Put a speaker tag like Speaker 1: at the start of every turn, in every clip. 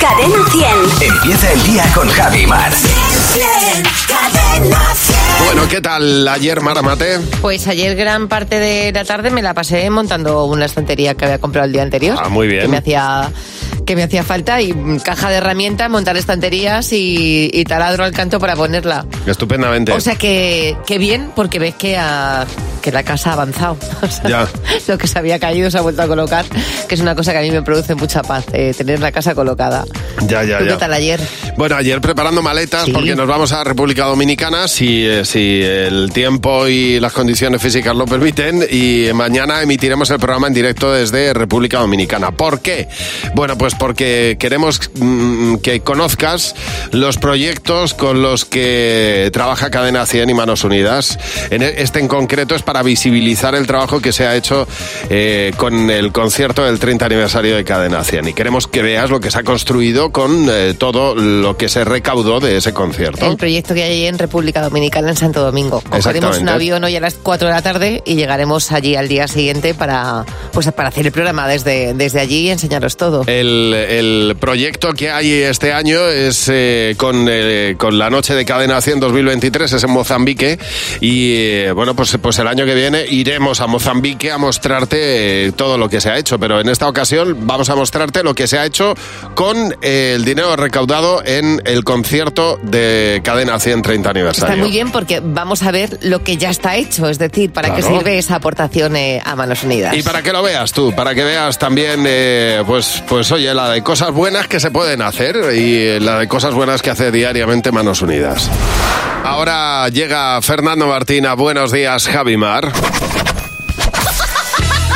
Speaker 1: Cadena 100.
Speaker 2: Empieza el día con Javi Mar.
Speaker 1: Cadena 100.
Speaker 3: Bueno, ¿qué tal ayer, Mara Mate?
Speaker 4: Pues ayer gran parte de la tarde me la pasé montando una estantería que había comprado el día anterior.
Speaker 3: Ah, muy bien.
Speaker 4: Que me hacía que me hacía falta y mm, caja de herramientas, montar estanterías y, y taladro al canto para ponerla.
Speaker 3: Estupendamente.
Speaker 4: O sea que, que bien, porque ves que, ah, que la casa ha avanzado. O sea,
Speaker 3: Ya.
Speaker 4: Lo que se había caído se ha vuelto a colocar, que es una cosa que a mí me produce mucha paz, eh, tener la casa colocada.
Speaker 3: ya, ya,
Speaker 4: ¿Tú
Speaker 3: ya.
Speaker 4: qué tal ayer?
Speaker 3: Bueno, ayer preparando maletas
Speaker 4: Sí.
Speaker 3: porque nos vamos a República Dominicana si, eh, si el tiempo y las condiciones físicas lo permiten y mañana emitiremos el programa en directo desde República Dominicana. ¿Por qué? Bueno, pues porque queremos mm, que conozcas los proyectos con los que trabaja Cadena 100 y Manos Unidas. En e- este en concreto es para visibilizar el trabajo que se ha hecho eh, con el concierto del 30 aniversario de Cadena 100 y queremos que veas lo que se ha construido con eh, todo lo que se recaudó de ese concierto.
Speaker 4: El proyecto que hay allí en República Dominicana, en Santo Domingo. Cogeremos un
Speaker 3: Exactamente.
Speaker 4: avión hoy a las 4 de la tarde y llegaremos allí al día siguiente para, pues, para hacer el programa desde, desde allí y enseñaros todo.
Speaker 3: El, el proyecto que hay este año es eh, con, eh, con la noche de Cadena 100 2023, es en Mozambique. Y eh, bueno, pues, pues el año que viene iremos a Mozambique a mostrarte eh, todo lo que se ha hecho. Pero en esta ocasión vamos a mostrarte lo que se ha hecho con eh, el dinero recaudado en el concierto de Cadena 100 30 aniversario.
Speaker 4: Está muy bien porque vamos a ver lo que ya está hecho, es decir, para qué
Speaker 3: Claro.
Speaker 4: sirve esa aportación eh, a Manos Unidas.
Speaker 3: Y para que lo veas tú, para que veas también, eh, pues, pues oye, la de cosas buenas que se pueden hacer y eh, la de cosas buenas que hace diariamente Manos Unidas. Ahora llega Fernando Martina. Buenos días, Javimar.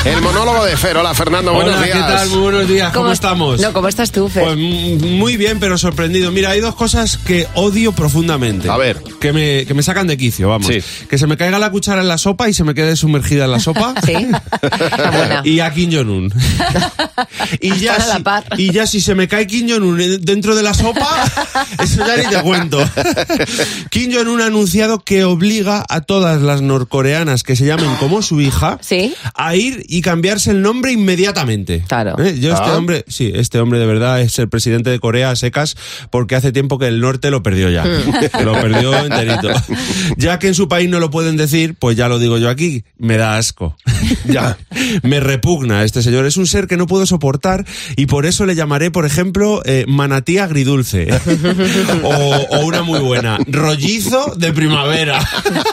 Speaker 3: El monólogo de Fer. Hola, Fernando. Buenos
Speaker 5: Hola,
Speaker 3: días.
Speaker 5: ¿qué tal? Muy buenos días, ¿cómo,
Speaker 4: es-
Speaker 5: estamos?
Speaker 4: No, ¿cómo estás tú, Fer?
Speaker 5: Pues mm, muy bien, pero sorprendido. Mira, hay dos cosas que odio profundamente.
Speaker 3: A ver.
Speaker 5: Que me, que me sacan de quicio, vamos.
Speaker 3: Sí.
Speaker 5: Que se me caiga la cuchara en la sopa y se me quede sumergida en la sopa.
Speaker 4: Sí. Está buena.
Speaker 5: Y a Kim Jong-un. y, ya
Speaker 4: Están a la par.
Speaker 5: si, y ya si se me cae Kim Jong-un en- dentro de la sopa, eso ya ni te cuento. Kim Jong-un ha anunciado que obliga a todas las norcoreanas que se llamen como su hija
Speaker 4: Sí.
Speaker 5: a ir y cambiarse el nombre inmediatamente.
Speaker 4: Claro.
Speaker 5: ¿Eh? Yo este
Speaker 3: Ah.
Speaker 5: hombre, sí, este hombre de verdad es el presidente de Corea a secas porque hace tiempo que el norte lo perdió ya.
Speaker 4: Hmm.
Speaker 5: lo perdió enterito. Ya que en su país no lo pueden decir, pues ya lo digo yo aquí, me da asco. ya. Me repugna este señor. Es un ser que no puedo soportar y por eso le llamaré, por ejemplo, eh, manatí agridulce. o, o una muy buena, rollizo de primavera.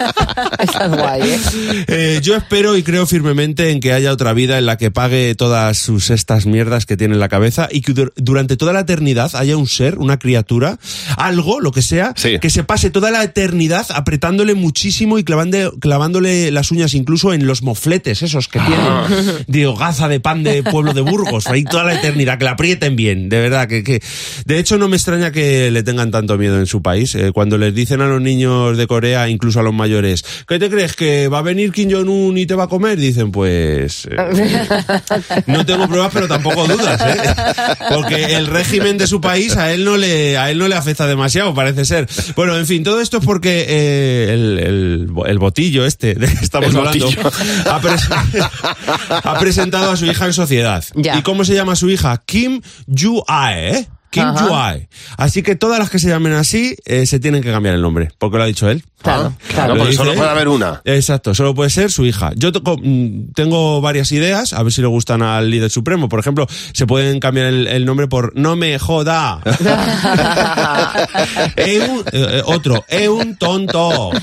Speaker 4: Está guay, ¿eh?
Speaker 5: Eh, yo espero y creo firmemente en que haya otra vida en la que pague todas sus estas mierdas que tiene en la cabeza y que dur- durante toda la eternidad haya un ser, una criatura, algo, lo que sea,
Speaker 3: Sí.
Speaker 5: que se pase toda la eternidad apretándole muchísimo y clavande- clavándole las uñas incluso en los mofletes esos que
Speaker 1: Ah.
Speaker 5: tienen. Digo, gaza de pan de pueblo de Burgos, ahí toda la eternidad, que la aprieten bien, de verdad. que, que- De hecho, no me extraña que le tengan tanto miedo en su país. Eh, cuando les dicen a los niños de Corea, incluso a los mayores, ¿qué te crees? ¿Que va a venir Kim Jong-un y te va a comer? Dicen, pues... eh, no tengo pruebas, pero tampoco dudas, ¿eh? Porque el régimen de su país a él no le, a él no le afecta demasiado, parece ser. Bueno, en fin, todo esto es porque eh, el, el bo- el botillo este de que estamos
Speaker 3: El
Speaker 5: hablando
Speaker 3: botillo.
Speaker 5: ha, pres- ha presentado a su hija en sociedad.
Speaker 4: Ya.
Speaker 5: ¿Y cómo se llama su hija? Kim Ju-ae, ¿eh? Kim
Speaker 4: Ajá.
Speaker 5: Ju-ae. Así que todas las que se llamen así eh, se tienen que cambiar el nombre, porque lo ha dicho él.
Speaker 4: Claro,
Speaker 1: Ah.
Speaker 3: No,
Speaker 4: Ah, claro.
Speaker 1: pues,
Speaker 5: Lo
Speaker 3: porque
Speaker 5: dice
Speaker 3: solo
Speaker 5: él.
Speaker 3: puede haber una.
Speaker 5: Exacto, solo puede ser su hija. Yo toco- mm, tengo varias ideas, a ver si le gustan al líder supremo. Por ejemplo, se pueden cambiar el, el nombre por No me joda. Eun- eh, eh, otro, es un tonto.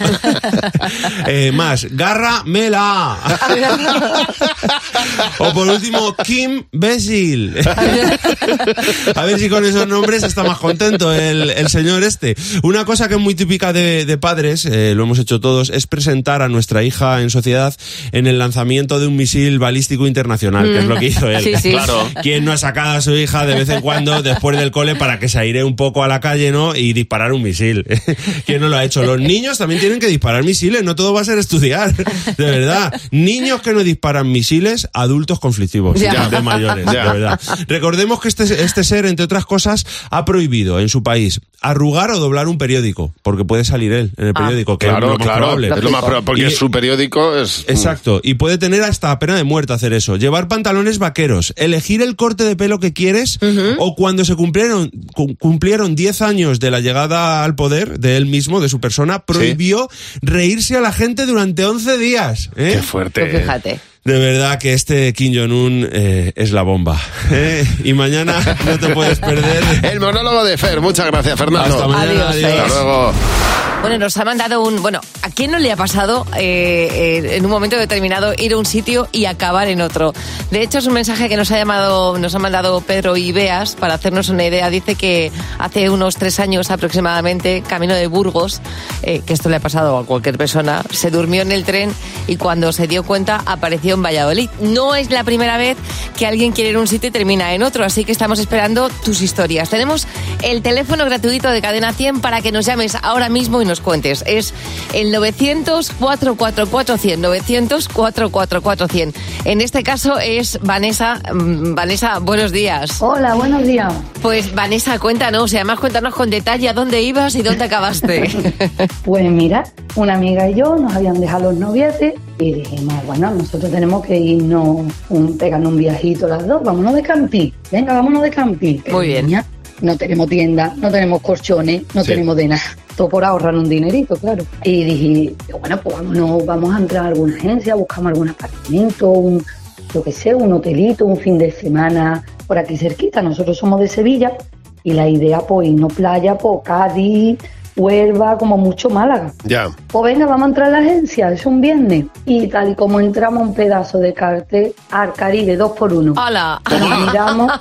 Speaker 5: Eh, más, garra mela. o por último, Kim Bésil. A ver si con esos nombres está más contento el, el señor este. Una cosa que es muy típica de, de padres, eh, lo hemos hecho todos, es presentar a nuestra hija en sociedad en el lanzamiento de un misil balístico internacional, que es lo que hizo él.
Speaker 4: Sí, sí.
Speaker 3: Claro.
Speaker 5: ¿Quién no ha sacado a su hija de vez en cuando después del cole para que se aire un poco a la calle, ¿no? Y disparar un misil. ¿Quién no lo ha hecho? Los niños también tienen que disparar misiles, no todo va a ser estudiar. De verdad. Niños que no disparan misiles, adultos conflictivos.
Speaker 4: Ya.
Speaker 5: de mayores,
Speaker 3: Ya.
Speaker 5: de verdad. Recordemos que este, este ser, entre otras cosas, ha prohibido en su país arrugar o doblar un periódico, porque puede salir él en el
Speaker 4: Ah,
Speaker 5: periódico. periódico, que
Speaker 3: Claro,
Speaker 5: es lo más
Speaker 3: claro,
Speaker 5: probable.
Speaker 3: es lo más probable, porque
Speaker 5: Y-
Speaker 3: su periódico es... mm,
Speaker 5: Exacto, y puede tener hasta pena de muerte hacer eso. Llevar pantalones vaqueros, elegir el corte de pelo que quieres, o cuando se cumplieron cu- cumplieron 10 años de la llegada al poder de él mismo, de su persona, prohibió reírse a la gente durante 11 días. ¿eh?
Speaker 3: Qué fuerte.
Speaker 4: Pues fíjate.
Speaker 5: De verdad que este Kim Jong-un eh, es la bomba. ¿eh? Y mañana no te puedes perder.
Speaker 3: El monólogo de Fer, muchas gracias Fernando.
Speaker 5: Hasta mañana,
Speaker 4: Adiós,
Speaker 5: adiós.
Speaker 4: Fer.
Speaker 3: Hasta luego.
Speaker 4: Bueno, nos ha mandado un. Bueno, ¿a quién no le ha pasado eh, eh, en un momento determinado ir a un sitio y acabar en otro? De hecho, es un mensaje que nos ha llamado, nos ha mandado Pedro Ibeas para hacernos una idea. Dice que hace unos tres años aproximadamente, camino de Burgos, eh, que esto le ha pasado a cualquier persona, se durmió en el tren y cuando se dio cuenta apareció en Valladolid. No es la primera vez que alguien quiere ir a un sitio y termina en otro, así que estamos esperando tus historias. Tenemos el teléfono gratuito de Cadena 100 para que nos llames ahora mismo y nos cuentes. Es el 900-444-100, 900-444-100. En este caso es Vanessa. Mm, Vanessa, buenos días.
Speaker 6: Hola, buenos días.
Speaker 4: Pues Vanessa, cuéntanos y además cuéntanos con detalle a dónde ibas y dónde acabaste.
Speaker 6: Pues mira, una amiga y yo nos habían dejado los novietes y dijimos, bueno, nosotros tenemos que irnos, un, pegando un viajito las dos, vámonos de camping, venga, vámonos de camping.
Speaker 4: Muy bien.
Speaker 6: Niña, no tenemos tienda, no tenemos colchones, no
Speaker 3: Sí.
Speaker 6: tenemos de nada. Todo por ahorrar un dinerito, claro. Y dije, bueno, pues vámonos, vamos a entrar a alguna agencia, buscamos algún apartamento, un, yo qué sé, un hotelito, un fin de semana por aquí cerquita. Nosotros somos de Sevilla y la idea, pues, irnos playa, pues, Cádiz, Huelva, como mucho Málaga.
Speaker 3: Ya.
Speaker 6: Pues venga, vamos a entrar a la agencia, es un viernes. Y tal y como entramos un pedazo de cartel al Caribe, dos por uno.
Speaker 4: ¡Hala!
Speaker 6: Nos miramos,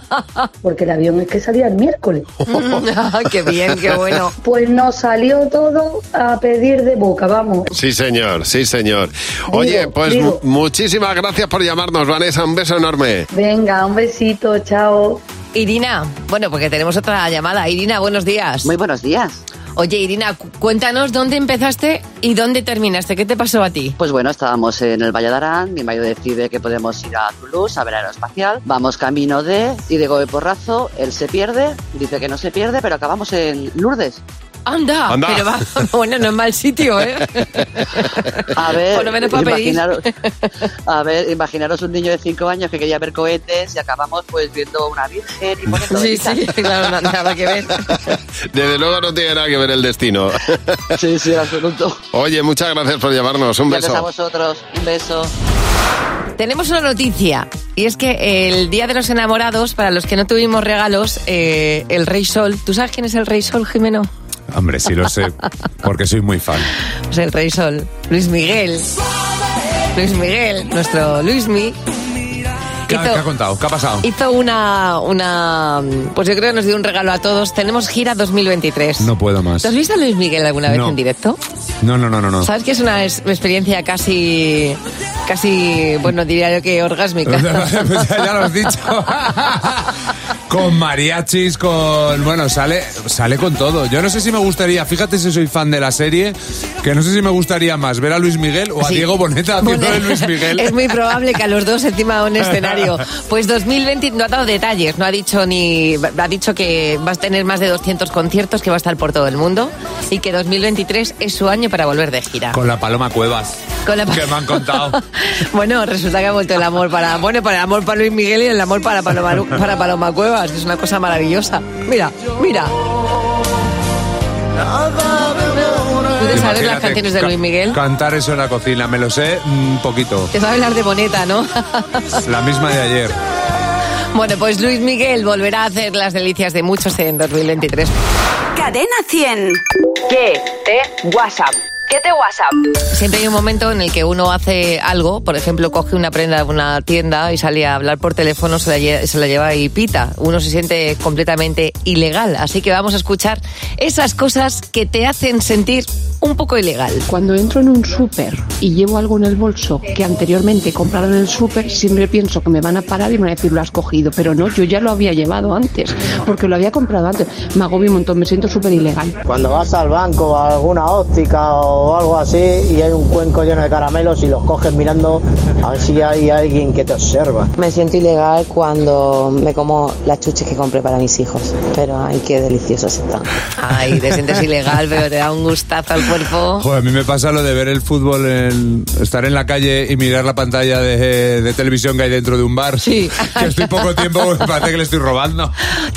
Speaker 6: porque el avión es que salía el miércoles.
Speaker 4: Mm, ah, ¡Qué bien, qué bueno!
Speaker 6: Pues nos salió todo a pedir de boca, vamos.
Speaker 3: Sí, señor, sí, señor. Oye,
Speaker 6: Digo,
Speaker 3: pues
Speaker 6: digo.
Speaker 3: mu- muchísimas gracias por llamarnos, Vanessa. Un beso enorme.
Speaker 6: Venga, un besito, chao.
Speaker 4: Irina, bueno, porque tenemos otra llamada. Irina, buenos días.
Speaker 7: Muy buenos días.
Speaker 4: Oye, Irina, cu- cuéntanos dónde empezaste y dónde terminaste. ¿Qué te pasó a ti?
Speaker 7: Pues bueno, estábamos en el Valle de Arán, mi marido decide que podemos ir a Toulouse a ver aeroespacial, vamos camino de, y de golpe porrazo, él se pierde, dice que no se pierde, pero acabamos en Lourdes.
Speaker 4: Anda,
Speaker 3: Anda.
Speaker 4: pero va, bueno, no es mal sitio, ¿eh?
Speaker 7: A ver,
Speaker 4: Por lo menos para pedir.
Speaker 7: imaginaros, a ver, imaginaros un niño de 5 años que quería ver cohetes y acabamos pues viendo una virgen y poniendo
Speaker 4: Sí, sí, claro, na- nada que ver.
Speaker 3: Desde luego no tiene nada que ver el destino.
Speaker 7: sí, sí, en absoluto.
Speaker 3: Oye, muchas gracias por llamarnos. Un
Speaker 7: Gracias a
Speaker 3: beso.
Speaker 7: vosotros, un beso.
Speaker 4: Tenemos una noticia, y es que el Día de los Enamorados, para los que no tuvimos regalos, eh, el Rey Sol, ¿tú sabes quién es el Rey Sol, Jimeno?
Speaker 8: Hombre, sí lo sé, porque soy muy fan.
Speaker 4: Pues el Rey Sol, Luis Miguel. Luis Miguel, nuestro Luismi.
Speaker 8: ¿Qué,
Speaker 4: hizo-
Speaker 8: ha- qué ha contado? ¿Qué ha pasado?
Speaker 4: Hizo una, una. Pues yo creo que nos dio un regalo a todos. Tenemos gira 2023.
Speaker 8: No puedo más.
Speaker 4: ¿Te has visto a Luis Miguel alguna vez
Speaker 8: No.
Speaker 4: en directo?
Speaker 8: No, no, no, no, no.
Speaker 4: ¿Sabes que es una es- experiencia casi. casi. bueno, diría yo que orgásmica?
Speaker 8: ya lo has dicho. con mariachis, con bueno, sale sale con todo. Yo no sé si me gustaría, fíjate si soy fan de la serie, que no sé si me gustaría más ver a Luis Miguel o a
Speaker 4: Sí.
Speaker 8: Diego Boneta haciendo
Speaker 4: Bueno,
Speaker 8: de Luis Miguel.
Speaker 4: Es muy probable que a los dos encima de un escenario. Pues 2020 no ha dado detalles, no ha dicho ni. Ha dicho que va a tener más de 200 conciertos, que va a estar por todo el mundo y que 2023 es su año para volver de gira.
Speaker 8: Con la Paloma Cuevas.
Speaker 4: Con la pa-
Speaker 8: Que me han contado.
Speaker 4: bueno, resulta que ha vuelto el amor para bueno para el amor para Luis Miguel y el amor para Paloma, Lu- para Paloma Cuevas, que es una cosa maravillosa. Mira, mira. ¿Tú te sabes las
Speaker 8: Imagínate
Speaker 4: canciones de
Speaker 8: ca-
Speaker 4: Luis Miguel?
Speaker 8: Cantar eso en la cocina, me lo sé un poquito.
Speaker 4: Te sabes las de Boneta, ¿no?
Speaker 8: La misma de ayer.
Speaker 4: bueno, pues Luis Miguel volverá a hacer las delicias de muchos en 2023.
Speaker 9: Cadena 100.
Speaker 10: ¿Qué te WhatsApp? ¿Qué te WhatsApp?
Speaker 4: Siempre hay un momento en el que uno hace algo, por ejemplo, coge una prenda de una tienda y sale a hablar por teléfono, se la, lle- se la lleva y pita. Uno se siente completamente ilegal. Así que vamos a escuchar esas cosas que te hacen sentir un poco ilegal.
Speaker 11: Cuando entro en un súper y llevo algo en el bolso que anteriormente compraron en el súper, siempre pienso que me van a parar y me van a decir lo has cogido. Pero no, yo ya lo había llevado antes, porque lo había comprado antes. Me agobio un montón, me siento súper ilegal.
Speaker 12: Cuando vas al banco, a alguna óptica o
Speaker 13: o algo así y hay un cuenco lleno de caramelos y los coges mirando a ver si hay alguien que te observa.
Speaker 7: Me siento ilegal cuando me como las chuches que compré para mis hijos. Pero ay, qué deliciosos están.
Speaker 4: Ay, te sientes ilegal, pero te da un gustazo al cuerpo.
Speaker 8: Joder, a mí me pasa lo de ver el fútbol, en- estar en la calle y mirar la pantalla de, de televisión que hay dentro de un bar. Sí. Que estoy poco tiempo, me parece que le estoy robando.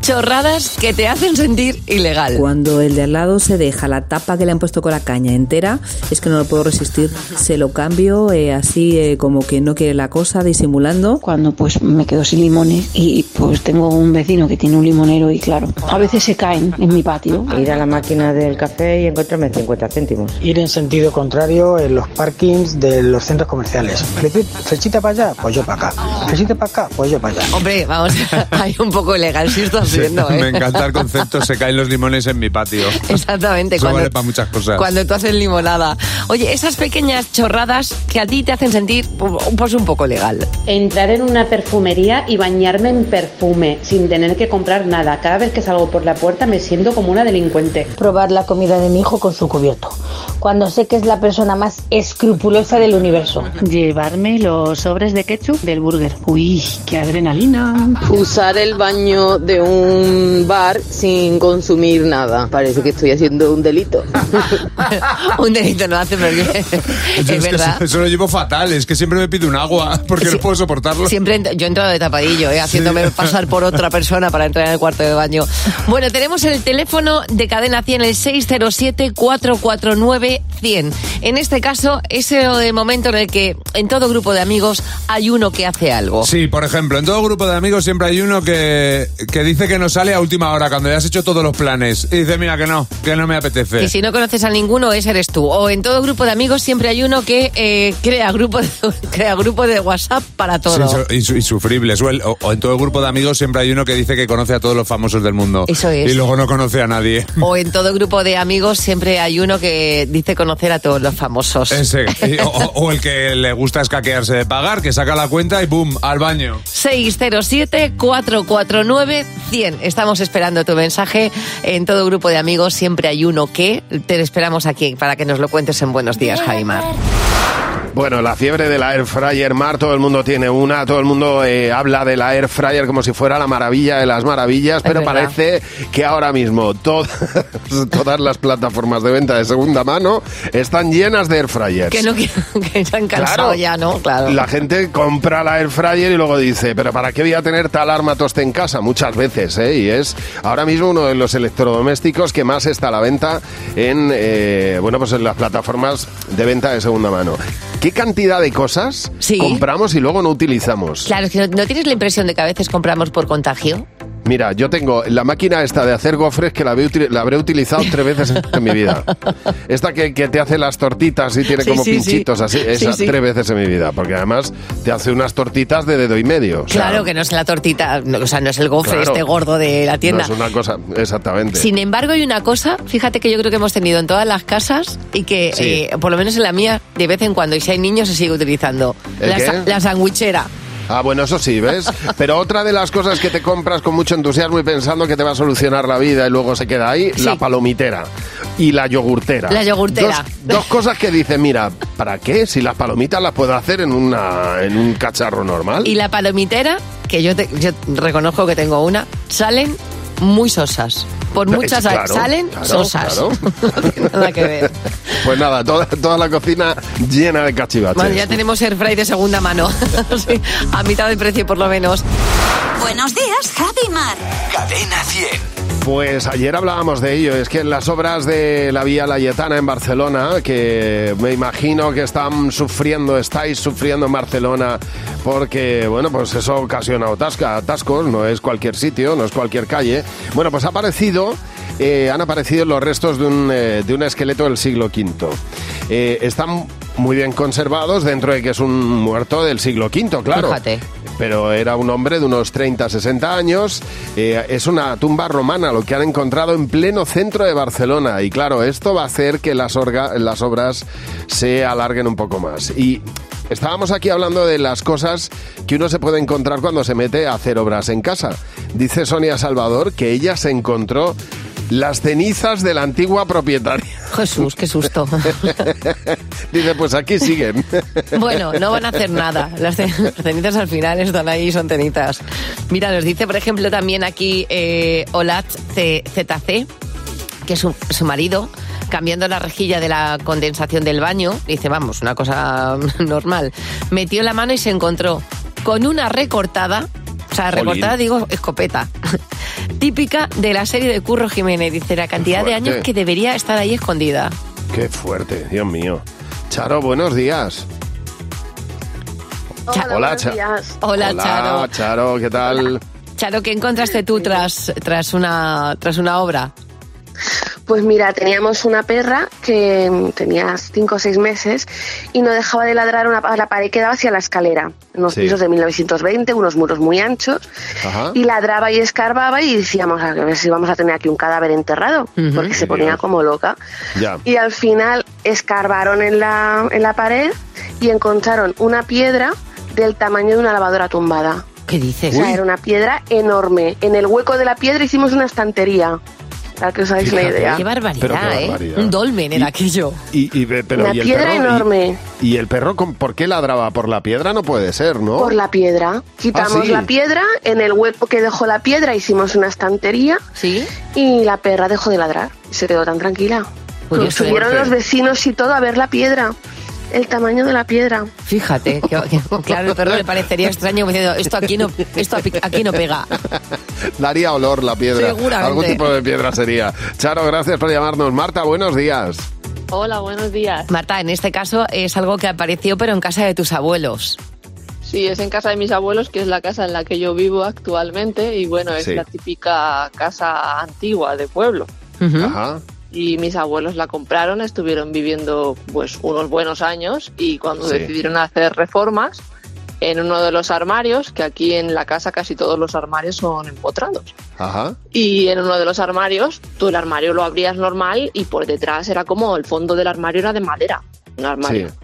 Speaker 4: Chorradas que te hacen sentir ilegal.
Speaker 14: Cuando el de al lado se deja la tapa que le han puesto con la caña entera, es que no lo puedo resistir. Se lo cambio eh, así eh, como que no quiere la cosa, disimulando.
Speaker 15: Cuando pues me quedo sin limones y pues tengo un vecino que tiene un limonero y claro, a veces se caen en mi patio.
Speaker 16: Ir a la máquina del café y encontrarme 50 céntimos.
Speaker 13: Ir en sentido contrario en los parkings de los centros comerciales. Flechi- Flechita para allá, pues yo para acá. Flechita para acá, pues yo para allá.
Speaker 4: Hombre, vamos, hay un poco ilegal si estás haciendo, ¿eh?
Speaker 8: Me encanta el concepto, se caen los limones en mi patio.
Speaker 4: Exactamente,
Speaker 8: Eso
Speaker 4: cuando-
Speaker 8: vale para muchas cosas.
Speaker 4: Cuando tú haces limonada. Oye, esas pequeñas chorradas que a ti te hacen sentir pues un poco legal.
Speaker 17: Entrar en una perfumería y bañarme en perfume sin tener que comprar nada. Cada vez que salgo por la puerta me siento como una delincuente.
Speaker 18: Probar la comida de mi hijo con su cubierto, cuando sé que es la persona más escrupulosa del universo.
Speaker 19: Llevarme los sobres de ketchup del burger. Uy, qué adrenalina.
Speaker 20: Usar el baño de un bar sin consumir nada. Parece que estoy haciendo un delito.
Speaker 4: un delito no hace, pero que-
Speaker 8: Yo
Speaker 4: es
Speaker 8: que
Speaker 4: verdad.
Speaker 8: eso, eso lo llevo fatal, es que siempre me pido un agua porque no puedo soportarlo.
Speaker 4: Siempre ent- yo entro de tapadillo, ¿eh? haciéndome pasar por otra persona para entrar en el cuarto de baño. Bueno, tenemos el teléfono de cadena 100, el 607-449-100. En este caso, es el momento en el que en todo grupo de amigos hay uno que hace algo.
Speaker 8: Sí, por ejemplo, en todo grupo de amigos siempre hay uno que, que dice que no sale a última hora, cuando ya has hecho todos los planes. Y dice, mira, que no, que no me apetece.
Speaker 4: Y si no conoces a ninguno, ese eres tú. O en todo grupo de amigos siempre hay uno que eh, crea, grupo de, crea grupo de WhatsApp para todo.
Speaker 8: Sí, su- insu- insufribles. O, el- o- o en todo el grupo de amigos siempre hay uno que dice que conoce a todos los famosos del mundo.
Speaker 4: Eso es.
Speaker 8: Y luego no conoce a nadie.
Speaker 4: O en todo grupo de amigos siempre hay uno que dice conocer a todos los famosos.
Speaker 8: Ese. Y- o, o- o el que le gusta escaquearse de pagar, que saca la cuenta y ¡boom! al baño.
Speaker 4: 607-449-100. Estamos esperando tu mensaje. En todo grupo de amigos siempre hay uno que te esperamos aquí para que nos lo cuentes en Buenos Días, Jaimar.
Speaker 3: Bueno, la fiebre de la air fryer, Mar, todo el mundo tiene una, todo el mundo eh, habla de la air fryer como si fuera la maravilla de las maravillas, pero
Speaker 11: verdad.
Speaker 3: parece que ahora mismo to- todas las plataformas de venta de segunda mano están llenas de air fryers.
Speaker 4: Que no quiero- que se han cansado
Speaker 3: Claro.
Speaker 4: ya, ¿no? Claro.
Speaker 3: La gente compra la air fryer y luego dice, pero ¿para qué voy a tener tal arma toste en casa? Muchas veces, ¿eh? Y es ahora mismo uno de los electrodomésticos que más está a la venta en, eh, bueno, pues en las plataformas de venta de segunda mano. ¿Qué cantidad de cosas compramos y luego no utilizamos?
Speaker 4: Claro, es que no, ¿no tienes la impresión de que a veces compramos por contagio.
Speaker 3: Mira, yo tengo la máquina esta de hacer gofres que la, había util- la habré utilizado tres veces en mi vida. Esta que, que te hace las tortitas y tiene
Speaker 11: Sí,
Speaker 3: como
Speaker 11: sí, sí.
Speaker 3: pinchitos así,
Speaker 11: Sí,
Speaker 3: esa
Speaker 11: sí.
Speaker 3: tres veces en mi vida, porque además te hace unas tortitas de dedo y medio. o sea,
Speaker 4: Claro que no es la tortita, no, o sea, no es el gofre
Speaker 3: Claro.
Speaker 4: este gordo de la tienda.
Speaker 3: No es una cosa, exactamente.
Speaker 4: Sin embargo, hay una cosa, fíjate que yo creo que hemos tenido en todas las casas y que,
Speaker 3: Sí.
Speaker 4: eh, por lo menos en la mía, de vez en cuando, y si hay niños, se sigue utilizando.
Speaker 3: ¿El
Speaker 4: La,
Speaker 3: qué?
Speaker 4: sa- la sandwichera.
Speaker 3: Ah, bueno, eso sí, ¿ves? Pero otra de las cosas que te compras con mucho entusiasmo y pensando que te va a solucionar la vida y luego se queda ahí, la palomitera y la yogurtera.
Speaker 4: La yogurtera.
Speaker 3: Dos, dos cosas que dices, mira, ¿para qué? Si las palomitas las puedo hacer en, una, en un cacharro normal.
Speaker 4: Y la palomitera, que yo, te- yo reconozco que tengo una, salen muy sosas. Por
Speaker 3: Es-
Speaker 4: muchas sal-
Speaker 3: claro,
Speaker 4: salen
Speaker 3: claro,
Speaker 4: sosas.
Speaker 3: claro.
Speaker 4: No tiene nada que ver.
Speaker 3: Pues nada, toda, toda la cocina llena de cachivaches.
Speaker 4: Bueno, ya tenemos air fry de segunda mano. Sí, a mitad de precio, por lo menos.
Speaker 21: Buenos días, Javi y Mar.
Speaker 2: Cadena 100.
Speaker 3: Pues ayer hablábamos de ello, es que en las obras de la Vía Layetana en Barcelona, que me imagino que están sufriendo, estáis sufriendo en Barcelona, porque, bueno, pues eso ocasiona atasca- atascos, no es cualquier sitio, no es cualquier calle. Bueno, pues ha aparecido, eh, han aparecido los restos de un, eh, de un esqueleto del siglo V. Eh, están muy bien conservados dentro de que es un muerto del siglo V, claro.
Speaker 4: Fíjate.
Speaker 3: Pero era un hombre de unos 30, 60 años. Eh, es una tumba romana, lo que han encontrado en pleno centro de Barcelona. Y claro, esto va a hacer que las, orga- las obras se alarguen un poco más. Y estábamos aquí hablando de las cosas que uno se puede encontrar cuando se mete a hacer obras en casa. Dice Sonia Salvador que ella se encontró las cenizas de la antigua propietaria.
Speaker 4: Jesús, qué susto.
Speaker 3: Dice, pues aquí siguen.
Speaker 4: Bueno, no van a hacer nada. Las ce- las cenitas al final están ahí y son cenitas. Mira, nos dice, por ejemplo, también aquí eh, Olat C- ZC, que es su, su marido, cambiando la rejilla de la condensación del baño. Dice, vamos, una cosa normal. Metió la mano y se encontró con una recortada. O sea,
Speaker 11: Jolín.
Speaker 4: recortada digo escopeta. Típica de la serie de Curro Jiménez. Dice, la cantidad de
Speaker 3: fuerte.
Speaker 4: años que debería estar ahí escondida.
Speaker 3: Qué fuerte, Dios mío. Charo, buenos días.
Speaker 4: Hola, buenos
Speaker 3: Cha-
Speaker 4: días. Hola, Charo.
Speaker 3: Charo, ¿qué tal?
Speaker 4: Charo, ¿qué encontraste tú tras, tras, una, tras una obra?
Speaker 22: Pues mira, teníamos una perra que mm, tenía cinco o seis meses y no dejaba de ladrar una- a la pared que daba hacia la escalera, en unos
Speaker 23: Sí.
Speaker 22: pisos de 1920, unos muros muy anchos,
Speaker 23: Ajá.
Speaker 22: y ladraba y escarbaba y decíamos a ver si vamos a tener aquí un cadáver enterrado,
Speaker 23: Ujú.
Speaker 22: porque se ponía como loca.
Speaker 23: Ya.
Speaker 22: Y al final escarbaron en la, en la pared y encontraron una piedra del tamaño de una lavadora tumbada.
Speaker 4: ¿Qué dices?
Speaker 22: O sea, era una piedra enorme. En el hueco de la piedra hicimos una estantería. Para que os hagáis la idea.
Speaker 4: Qué barbaridad,
Speaker 3: Pero qué
Speaker 4: ¿eh?
Speaker 3: barbaridad.
Speaker 4: Un dolmen era aquello.
Speaker 3: Y, y ve- pero,
Speaker 22: Una
Speaker 3: ¿y el
Speaker 22: piedra
Speaker 3: perro? ¿Y-
Speaker 22: enorme.
Speaker 3: ¿Y, el perro con- por qué ladraba? ¿Por la piedra? No puede ser, ¿no?
Speaker 22: Por la piedra. Quitamos
Speaker 3: Ah, ¿sí?
Speaker 22: la piedra, en el hueco que dejó la piedra hicimos una estantería.
Speaker 4: Sí.
Speaker 22: Y la perra dejó de ladrar. Y se quedó tan tranquila.
Speaker 4: Pues qué
Speaker 22: Subieron
Speaker 4: suerte.
Speaker 22: los vecinos y todo a ver la piedra. El tamaño de la piedra.
Speaker 4: Fíjate, que- que- claro, el perro le parecería extraño como diciendo, esto aquí no, esto aquí- aquí no pega.
Speaker 3: Daría olor la piedra.
Speaker 4: Seguramente.
Speaker 3: Algún tipo de piedra sería. Charo, gracias por llamarnos. Marta, buenos días.
Speaker 4: Hola, buenos días. Marta, en este caso es algo que apareció pero en casa de tus abuelos.
Speaker 11: Sí, es en casa de mis abuelos, que es la casa en la que yo vivo actualmente, y bueno, es
Speaker 4: Sí.
Speaker 11: la típica casa antigua de pueblo.
Speaker 3: Ajá.
Speaker 11: Y mis abuelos la compraron, estuvieron viviendo pues unos buenos años y cuando
Speaker 3: Sí.
Speaker 11: decidieron hacer reformas, en uno de los armarios, que aquí en la casa casi todos los armarios son empotrados.
Speaker 3: Ajá.
Speaker 11: Y en uno de los armarios, tú el armario lo abrías normal y por detrás era como el fondo del armario era de madera. Un armario.
Speaker 3: Sí.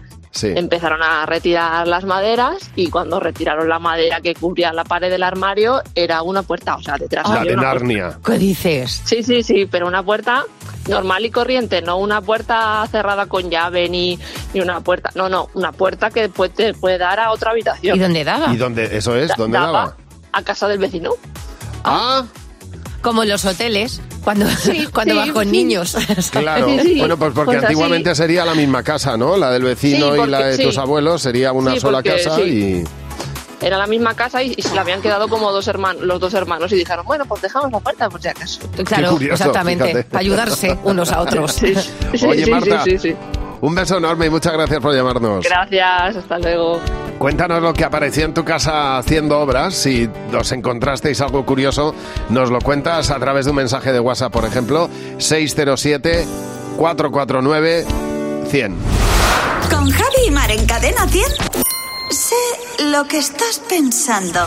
Speaker 3: sí.
Speaker 11: Empezaron a retirar las maderas y cuando retiraron la madera que cubría la pared del armario era una puerta, o sea, detrás
Speaker 3: Ah, La
Speaker 11: había
Speaker 3: de
Speaker 11: una puerta.
Speaker 3: Narnia.
Speaker 4: ¿Qué dices?
Speaker 11: Sí, sí, sí, pero una puerta normal y corriente, no una puerta cerrada con llave ni, ni una puerta, no, no, una puerta que puede, te puede dar a otra habitación.
Speaker 4: Ah.
Speaker 3: ¿Y dónde? Eso es,
Speaker 11: Da-
Speaker 3: ¿dónde
Speaker 11: daba
Speaker 3: daba?
Speaker 11: A casa del vecino.
Speaker 3: Ah.
Speaker 4: Como en los hoteles, cuando, cuando
Speaker 11: sí,
Speaker 4: vas con
Speaker 11: sí.
Speaker 4: niños. ¿sabes?
Speaker 3: Claro. Bueno, pues porque
Speaker 11: Pues así.
Speaker 3: antiguamente sería la misma casa, ¿no? La del vecino
Speaker 11: Sí,
Speaker 3: y la
Speaker 11: porque-
Speaker 3: de
Speaker 11: sí.
Speaker 3: tus abuelos sería una
Speaker 11: Sí,
Speaker 3: sola
Speaker 11: porque-
Speaker 3: casa
Speaker 11: sí.
Speaker 3: y...
Speaker 11: Era la misma casa y, y se la habían quedado como dos hermanos, los dos hermanos y dijeron, bueno, pues dejamos la puerta por si acaso.
Speaker 4: Claro, curioso, exactamente, fíjate. para ayudarse unos a otros.
Speaker 11: Sí, sí,
Speaker 3: Oye,
Speaker 11: sí,
Speaker 3: Marta,
Speaker 11: sí, sí, sí.
Speaker 3: un beso enorme y muchas gracias por llamarnos.
Speaker 11: Gracias, hasta luego.
Speaker 3: Cuéntanos lo que apareció en tu casa haciendo obras. Si os encontrasteis algo curioso, nos lo cuentas a través de un mensaje de WhatsApp, por ejemplo, 607-449-100.
Speaker 21: Con Javi y Mar en Cadena 100. Sé lo que estás pensando.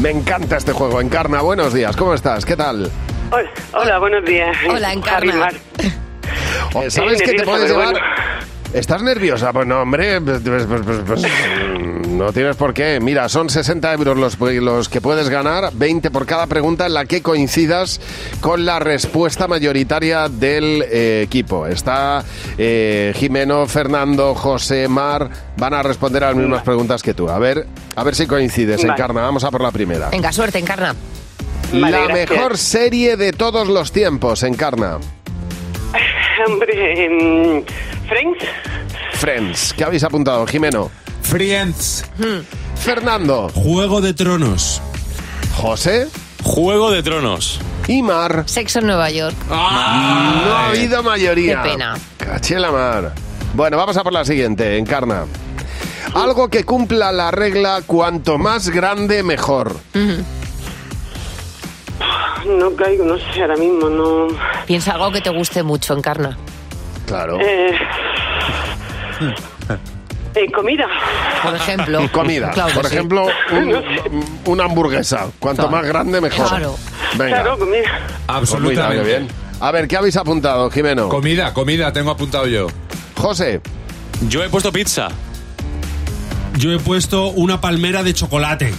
Speaker 3: Me encanta este juego. Encarna, buenos días. ¿Cómo estás? ¿Qué tal?
Speaker 24: Hola, hola, buenos días.
Speaker 4: Hola,
Speaker 24: Encarna.
Speaker 3: Eh, ¿Sabes
Speaker 24: Sí,
Speaker 3: que te
Speaker 24: nerviosa,
Speaker 3: puedes
Speaker 24: pero
Speaker 3: llevar?
Speaker 24: bueno.
Speaker 3: ¿Estás nerviosa? Pues no, hombre, pues, pues, pues, pues, pues, mm, no tienes por qué. Mira, son 60 euros los, los que puedes ganar, 20 por cada pregunta en la que coincidas con la respuesta mayoritaria del eh, equipo. Está eh, Jimeno, Fernando, José, Mar, van a responder a las mismas preguntas que tú. A ver, a ver si coincides,
Speaker 4: Vale.
Speaker 3: Encarna. Vamos a por la primera.
Speaker 4: Venga, suerte, encarna.
Speaker 3: la mejor serie de todos los tiempos, Encarna.
Speaker 24: Hombre, em, Friends.
Speaker 3: Friends. ¿Qué habéis apuntado, Jimeno?
Speaker 8: Friends.
Speaker 24: Hmm.
Speaker 3: Fernando.
Speaker 5: Juego de Tronos.
Speaker 3: José.
Speaker 5: Juego de Tronos.
Speaker 3: Y Mar.
Speaker 4: Sexo en Nueva York.
Speaker 3: Ah. No ha habido mayoría.
Speaker 4: Qué pena.
Speaker 3: Caché la mar. Bueno, vamos a por la siguiente, Encarna. Algo que cumpla la regla cuanto más grande, mejor.
Speaker 24: No caigo, no sé, ahora mismo no.
Speaker 4: Piensa algo que te guste mucho, encarna.
Speaker 3: Claro.
Speaker 24: Eh, eh, comida.
Speaker 4: Por ejemplo.
Speaker 3: Comida.
Speaker 24: Claro que
Speaker 3: por
Speaker 24: sí.
Speaker 3: ejemplo, un- una hamburguesa. Cuanto
Speaker 24: Claro.
Speaker 3: más grande, mejor.
Speaker 24: Claro.
Speaker 3: Venga.
Speaker 24: Claro, comida.
Speaker 8: Absolutamente.
Speaker 3: Pues mira, qué bien. A ver, ¿qué habéis apuntado, Jimeno?
Speaker 8: Comida, comida, tengo apuntado yo.
Speaker 3: José.
Speaker 5: Yo he puesto pizza. Yo he puesto una palmera de chocolate.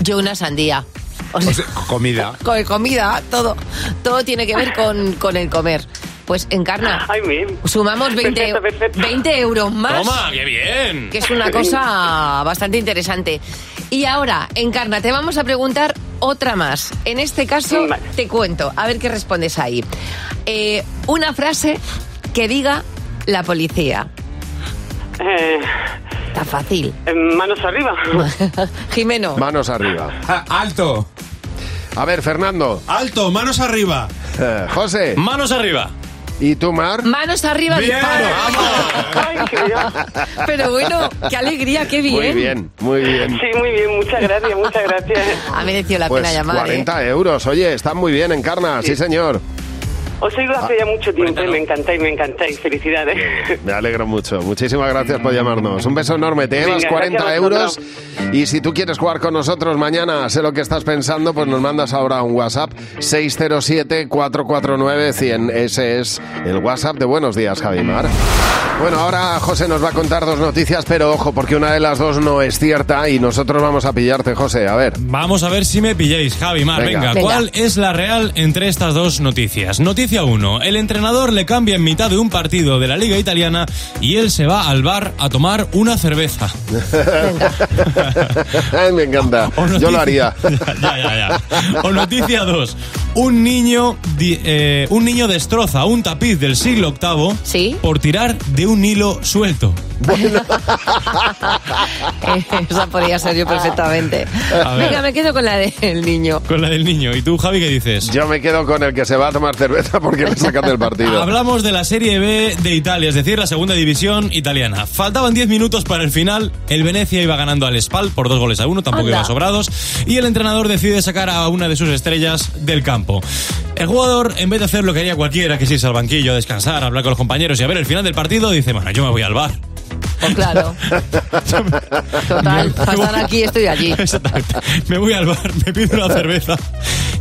Speaker 4: Yo una sandía. O sea,
Speaker 8: Comida.
Speaker 4: con el comida, todo, todo tiene que ver con, con el comer. Pues encarna. Sumamos 20,
Speaker 24: Perfecto,
Speaker 4: 20 euros más.
Speaker 1: Toma, qué bien.
Speaker 4: Que es una cosa bastante interesante. Y ahora, Encarna, te vamos a preguntar otra más. En este caso, te cuento, a ver qué respondes ahí. Eh, una frase que diga la policía. Está fácil.
Speaker 24: Eh, em, Manos arriba.
Speaker 4: Jimeno.
Speaker 3: Manos arriba.
Speaker 8: alto.
Speaker 3: A ver, Fernando. Eh,
Speaker 5: Alto, manos arriba.
Speaker 3: José.
Speaker 1: Manos arriba.
Speaker 3: ¿Y tú, Mar?
Speaker 4: Manos arriba,
Speaker 3: Bien.
Speaker 4: disparo.
Speaker 1: Ah,
Speaker 4: Pero bueno, qué alegría, qué bien.
Speaker 3: Muy bien, muy bien.
Speaker 24: Sí, muy bien, muchas gracias, muchas gracias.
Speaker 4: Ha merecido la
Speaker 3: Pues
Speaker 4: pena llamar. ¿eh?
Speaker 3: 40 euros, oye, están muy bien, Encarna, sí, señor.
Speaker 24: Os oigo
Speaker 3: Ah,
Speaker 24: hace ya mucho tiempo y me encantáis, me encantáis. Felicidades.
Speaker 3: Me alegro mucho. Muchísimas gracias por llamarnos. Un beso enorme. Te
Speaker 24: Venga,
Speaker 3: llevas
Speaker 24: gracias
Speaker 3: 40
Speaker 24: a
Speaker 3: euros.
Speaker 24: vosotros.
Speaker 3: Y si tú quieres jugar con nosotros mañana, sé lo que estás pensando, pues nos mandas ahora un WhatsApp 607-449-100. Ese es el WhatsApp de Buenos Días, Javimar. Bueno, ahora José nos va a contar dos noticias, pero ojo, porque una de las dos no es cierta y nosotros vamos a pillarte, José. A ver.
Speaker 1: Vamos a ver si me pilláis, Javi Mar.
Speaker 3: Venga.
Speaker 1: Venga,
Speaker 3: Venga.
Speaker 1: ¿cuál es la real entre estas dos noticias? Noticia 1. El entrenador le cambia en mitad de un partido de la Liga Italiana y él se va al bar a tomar una cerveza.
Speaker 3: Ay, me encanta. Yo lo haría.
Speaker 1: ya, ya, ya. O noticia 2. Un niño, di- eh, un niño destroza un tapiz del siglo VIII por tirar de un hilo suelto.
Speaker 4: Esa podría ser yo perfectamente.
Speaker 1: A ver.
Speaker 4: Venga, me quedo con la del niño.
Speaker 1: Con la del niño. ¿Y tú, Javi, qué dices?
Speaker 3: Yo me quedo con el que se va a tomar cerveza porque le sacan del partido.
Speaker 1: Hablamos de la Serie B de Italia, es decir, la segunda división italiana. Faltaban 10 minutos para el final. El Venecia iba ganando al Spal por dos goles a uno, tampoco
Speaker 8: Anda.
Speaker 1: iba sobrados. Y el entrenador decide sacar a una de sus estrellas del campo. El jugador, en vez de hacer lo que haría cualquiera, que es irse al banquillo a descansar, a hablar con los compañeros y a ver el final del partido, dice: Bueno, yo me voy al bar.
Speaker 4: claro. Total, pasan aquí, estoy allí.
Speaker 1: Exacto. Me voy al bar, me pido una cerveza.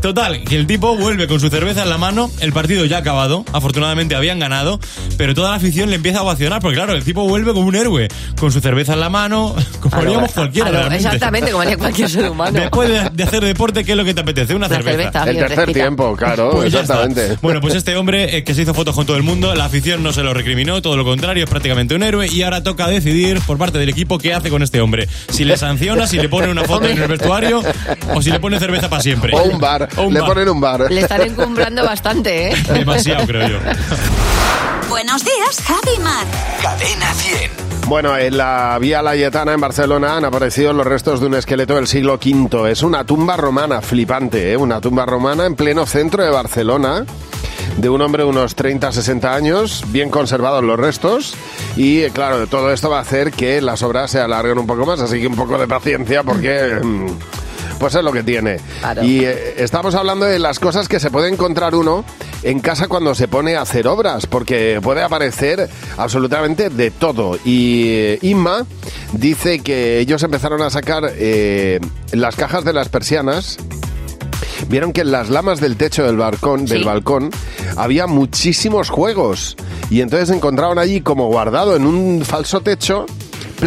Speaker 1: Total, que el tipo vuelve con su cerveza en la mano, el partido ya ha acabado, afortunadamente habían ganado, pero toda la afición le empieza a ovacionar, porque claro, el tipo vuelve como un héroe, con su cerveza en la mano, como haríamos cualquiera.
Speaker 4: Ah, no,
Speaker 1: realmente.
Speaker 4: exactamente, como haría cualquier ser humano.
Speaker 1: Después de, de hacer deporte, ¿qué es lo que te apetece? Una
Speaker 4: Una
Speaker 1: cerveza.
Speaker 4: cerveza, El bien tercer fresquita. tiempo,
Speaker 3: claro,
Speaker 5: Pues
Speaker 1: ya
Speaker 3: exactamente.
Speaker 1: está. Bueno, pues este hombre eh, que se hizo fotos con todo el mundo, la afición no se lo recriminó, todo lo contrario, es prácticamente un héroe y ahora toca decidir por parte del equipo qué hace con este hombre. Si le sanciona, si le pone una foto en el vestuario o si le pone cerveza para siempre.
Speaker 3: O un bar.
Speaker 1: O un
Speaker 3: Le
Speaker 1: bar.
Speaker 3: ponen un bar.
Speaker 4: Le están encumbrando bastante, ¿eh?
Speaker 1: Demasiado, creo yo.
Speaker 21: Buenos días, Javi Mar. Cadena 100.
Speaker 3: Bueno, en la Vía Layetana en Barcelona han aparecido los restos de un esqueleto del siglo V. Es una tumba romana, flipante, ¿eh? Una tumba romana en pleno centro de Barcelona, de un hombre de unos 30-60 años, bien conservados los restos. Y eh, claro, todo esto va a hacer que las obras se alarguen un poco más, así que un poco de paciencia porque... mm, Pues es lo que tiene. Y eh, estamos hablando de las cosas que se puede encontrar uno en casa cuando se pone a hacer obras, porque puede aparecer absolutamente de todo. Y eh, Inma dice que ellos empezaron a sacar eh, las cajas de las persianas. Vieron que en las lamas del techo del balcón, del balcón había muchísimos juegos. Y entonces encontraron allí como guardado en un falso techo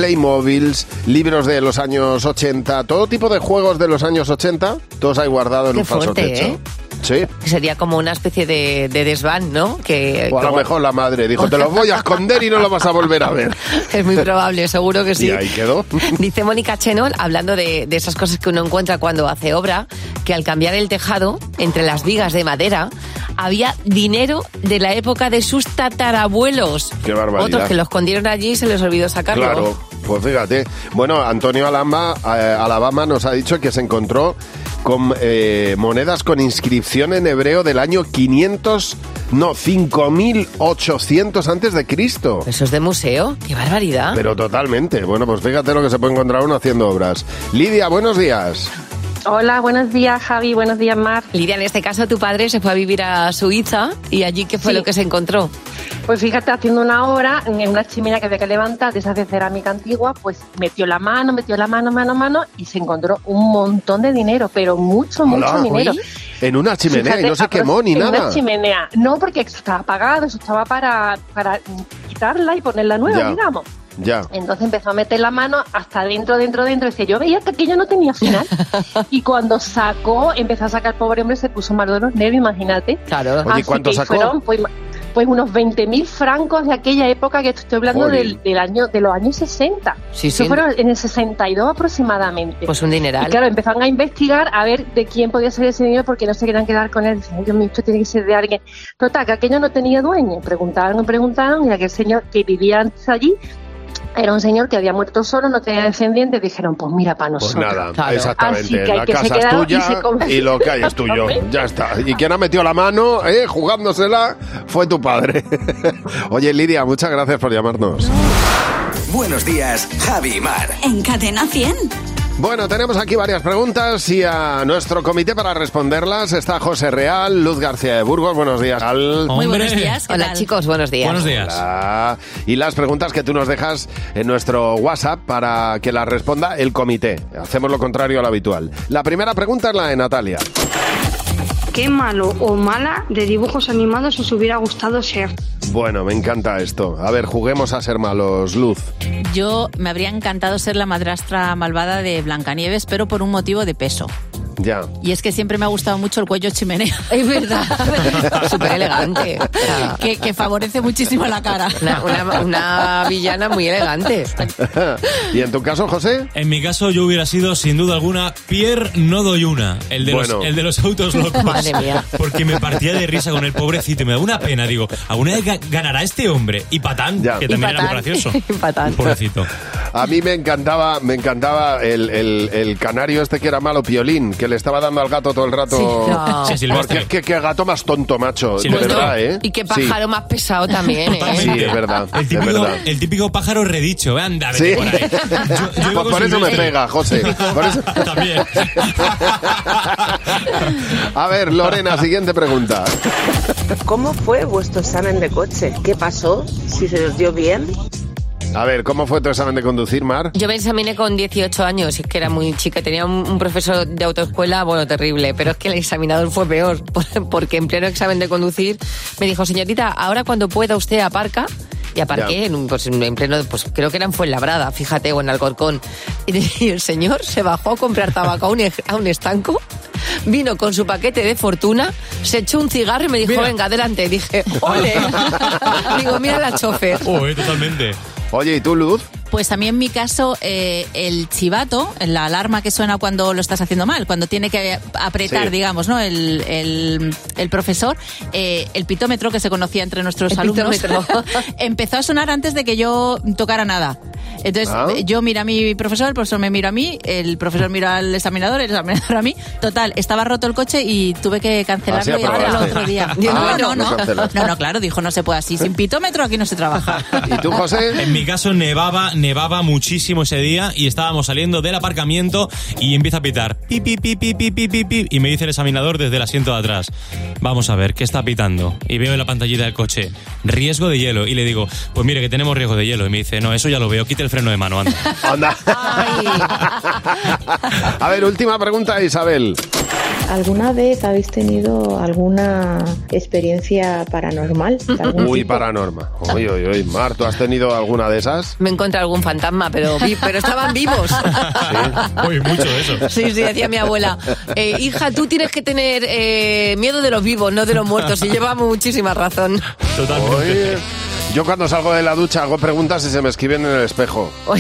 Speaker 3: Playmobiles, libros de los años 80, todo tipo de juegos de los años 80, todos hay guardado en
Speaker 4: Qué
Speaker 3: un falso
Speaker 4: fuerte,
Speaker 3: techo.
Speaker 4: ¿eh?
Speaker 3: Sí.
Speaker 4: Sería como una especie de, de desván, ¿no? Que,
Speaker 3: O a lo
Speaker 4: como-
Speaker 3: mejor la madre dijo, te los voy a esconder y no los vas a volver a ver.
Speaker 4: Es muy probable, seguro que sí.
Speaker 3: Y ahí quedó.
Speaker 4: Dice Mónica Chenol, hablando de, de esas cosas que uno encuentra cuando hace obra, que al cambiar el tejado, entre las vigas de madera, había dinero de la época de sus tatarabuelos.
Speaker 3: Qué barbaridad.
Speaker 4: Otros que lo escondieron allí y se les olvidó sacarlo.
Speaker 3: Claro, pues fíjate. Bueno, Antonio Alamba, eh, Alabama nos ha dicho que se encontró con eh, monedas con inscripción en hebreo del año 500, no, 5800 antes de Cristo.
Speaker 4: Eso es de museo, qué barbaridad.
Speaker 3: Pero totalmente. Bueno, pues fíjate lo que se puede encontrar uno haciendo obras. Lidia, buenos días.
Speaker 4: Hola, buenos días Javi, buenos días Mar. Lidia, en este caso tu padre se fue a vivir a Suiza y allí qué fue
Speaker 25: Sí.
Speaker 4: lo que se encontró.
Speaker 25: Pues fíjate, haciendo una obra en una chimenea que había que levantar, de esas de cerámica antigua, pues metió la mano, metió la mano, mano, mano y se encontró un montón de dinero, pero mucho, mucho
Speaker 3: Hola.
Speaker 25: dinero.
Speaker 3: En una chimenea y
Speaker 25: Fíjate,
Speaker 3: no se
Speaker 25: apro-
Speaker 3: quemó ni
Speaker 25: en
Speaker 3: nada.
Speaker 25: Una chimenea. No, porque eso estaba apagado, eso estaba para, para quitarla y ponerla nueva,
Speaker 3: Ya.
Speaker 25: digamos.
Speaker 3: Ya.
Speaker 25: Entonces empezó a meter la mano hasta dentro, dentro, dentro. Es que yo veía que aquello no tenía final. y cuando sacó, empezó a sacar, pobre hombre, se puso mal de los nervios, imagínate.
Speaker 4: Claro.
Speaker 3: Oye, ¿cuánto sacó?
Speaker 25: Fueron, pues, ima- pues unos 20.000 francos de aquella época que estoy hablando
Speaker 4: Jolín.
Speaker 25: del, del año de los años 60.
Speaker 4: Sí,
Speaker 25: Eso
Speaker 4: sí.
Speaker 25: fueron en el 62 aproximadamente.
Speaker 4: Pues un dineral.
Speaker 25: Y claro, empezaron a investigar a ver de quién podía ser ese dinero porque no se querían quedar con él. Dicen, "Ay, Dios mío, esto tiene que ser de alguien. Total, que aquello no tenía dueño. Preguntaron y preguntaron y aquel señor que vivía antes allí era un señor que había muerto solo, no tenía descendientes. Dijeron, pues mira, para
Speaker 3: Pues
Speaker 25: nosotros.
Speaker 3: nada,
Speaker 25: Claro. Así
Speaker 3: exactamente.
Speaker 25: que hay
Speaker 3: La
Speaker 25: que se
Speaker 3: casa es
Speaker 25: quedaron
Speaker 3: tuya
Speaker 25: se
Speaker 3: y,
Speaker 25: come-
Speaker 3: lo que hay es tuyo. Ya está. Y quien ha metido la mano, eh, jugándosela, fue tu padre. Oye, Lidia, muchas gracias por llamarnos.
Speaker 2: Buenos días, Javi y Mar.
Speaker 21: En Cadena 100.
Speaker 3: Bueno, tenemos aquí varias preguntas y a nuestro comité para responderlas está José Real, Luz García de Burgos. Buenos días, Al.
Speaker 4: Muy buenos días. Hola, chicos, buenos días.
Speaker 3: Hola. Y las preguntas que tú nos dejas en nuestro WhatsApp para que las responda el comité. Hacemos lo contrario a lo habitual. La primera pregunta es la de Natalia.
Speaker 26: ¿Qué malo o mala de dibujos animados os hubiera gustado ser?
Speaker 3: Bueno, me encanta esto. A ver, juguemos a ser malos, Luz.
Speaker 27: Yo me habría encantado ser la madrastra malvada de Blancanieves, pero por un motivo de peso.
Speaker 3: Ya.
Speaker 27: Y es que siempre me ha gustado mucho el cuello chimenea. Es verdad.
Speaker 4: Súper elegante.
Speaker 27: que, que favorece muchísimo la cara.
Speaker 4: Una, una- una villana muy elegante.
Speaker 3: ¿Y en tu caso, José?
Speaker 1: En mi caso, yo hubiera sido, sin duda alguna, Pierre No Doy Una, el de,
Speaker 3: Bueno.
Speaker 1: los, el de los autos locos.
Speaker 4: Madre mía.
Speaker 1: Porque me partía de risa con el pobrecito y me da una pena. Digo, ¿alguna vez ga- ganará este hombre? Y Patán, que también era muy gracioso. Pobrecito.
Speaker 3: A mí me encantaba, me encantaba el, el- el canario este que era malo, Piolín, que le estaba dando al gato todo el rato.
Speaker 4: Sí, no. Sí, Silvestre.
Speaker 3: Porque es que qué gato más tonto, macho. De verdad, ¿eh?
Speaker 4: Y qué
Speaker 3: Sí.
Speaker 4: pájaro más pesado también, ¿eh?
Speaker 3: Sí, es verdad.
Speaker 1: El
Speaker 3: es
Speaker 1: típico,
Speaker 3: verdad.
Speaker 1: el típico pájaro redicho. Anda, vete
Speaker 3: Sí.
Speaker 1: por ahí.
Speaker 3: Pues
Speaker 1: iba con
Speaker 3: por eso me
Speaker 1: Silvestre.
Speaker 3: pega, José. Por eso-
Speaker 1: También.
Speaker 3: A ver, Lorena, siguiente pregunta.
Speaker 23: ¿Cómo fue vuestro examen de coche? ¿Qué pasó? ¿Si se os dio bien?
Speaker 3: A ver, ¿cómo fue tu examen de conducir, Mar?
Speaker 4: Yo me examiné con 18 años, es que era muy chica, tenía un, un profesor de autoescuela, bueno, terrible, pero es que el examinador fue peor, por- porque en pleno examen de conducir me dijo, señorita, ahora cuando pueda usted aparca, y aparqué
Speaker 27: Ya.
Speaker 4: en, un- pues, en- en pleno, pues creo que era en Fuenlabrada, fíjate, o en Alcorcón, y, el señor se bajó a comprar tabaco a un, ej- a un estanco, vino con su paquete de fortuna, se echó un cigarro y me dijo, venga, adelante, dije, ole, digo, mira la chofer.
Speaker 1: Joder, totalmente.
Speaker 3: Oye, ¿y tú, Luz?
Speaker 27: Pues a mí en mi caso, eh, el chivato, la alarma que suena cuando lo estás haciendo mal, cuando tiene que apretar,
Speaker 3: Sí.
Speaker 27: digamos, ¿no? El, el- el profesor, eh, el pitómetro que se conocía entre nuestros
Speaker 4: El
Speaker 27: alumnos,
Speaker 4: pitómetro.
Speaker 27: empezó a sonar antes de que yo tocara nada. Entonces,
Speaker 4: Ah.
Speaker 27: eh, yo miro a mi profesor, el profesor me mira a mí, el profesor mira al examinador, el examinador a mí. Total, estaba roto el coche y tuve que cancelarlo
Speaker 3: Así
Speaker 27: y hacerlo
Speaker 3: aprobaste.
Speaker 27: otro día.
Speaker 3: Ah,
Speaker 27: no, no,
Speaker 3: lo
Speaker 27: no.
Speaker 3: cancelaste.
Speaker 27: No, no, claro, dijo, no se puede así. Sin pitómetro aquí no se trabaja.
Speaker 3: ¿Y tú, José?
Speaker 1: En mi caso nevaba, nevaba muchísimo ese día y estábamos saliendo del aparcamiento y empieza a pitar. Pi, pi, pi, pi, pi, pi, pi, pi, y me dice el examinador desde el asiento de atrás. Vamos a ver, ¿qué está pitando? Y veo en la pantallita del coche, riesgo de hielo. Y le digo, pues mire que tenemos riesgo de hielo. Y me dice, no, eso ya lo veo, quite el freno de mano, anda.
Speaker 3: Anda. A ver, última pregunta, Isabel.
Speaker 6: ¿Alguna vez habéis tenido alguna experiencia paranormal? de algún
Speaker 3: Uy,
Speaker 6: tipo?
Speaker 3: paranorma. Uy, uy, uy. Mar, ¿tú has tenido alguna de esas?
Speaker 4: Me encontré algún fantasma, pero, vi- pero estaban vivos.
Speaker 1: Uy, mucho eso.
Speaker 4: Sí, sí, decía mi abuela. eh, hija, tú tienes que tener eh, miedo de los vivos, no de los muertos. Y lleva muchísima razón.
Speaker 3: Oye, yo cuando salgo de la ducha hago preguntas y se me escriben en el espejo.
Speaker 4: Oh,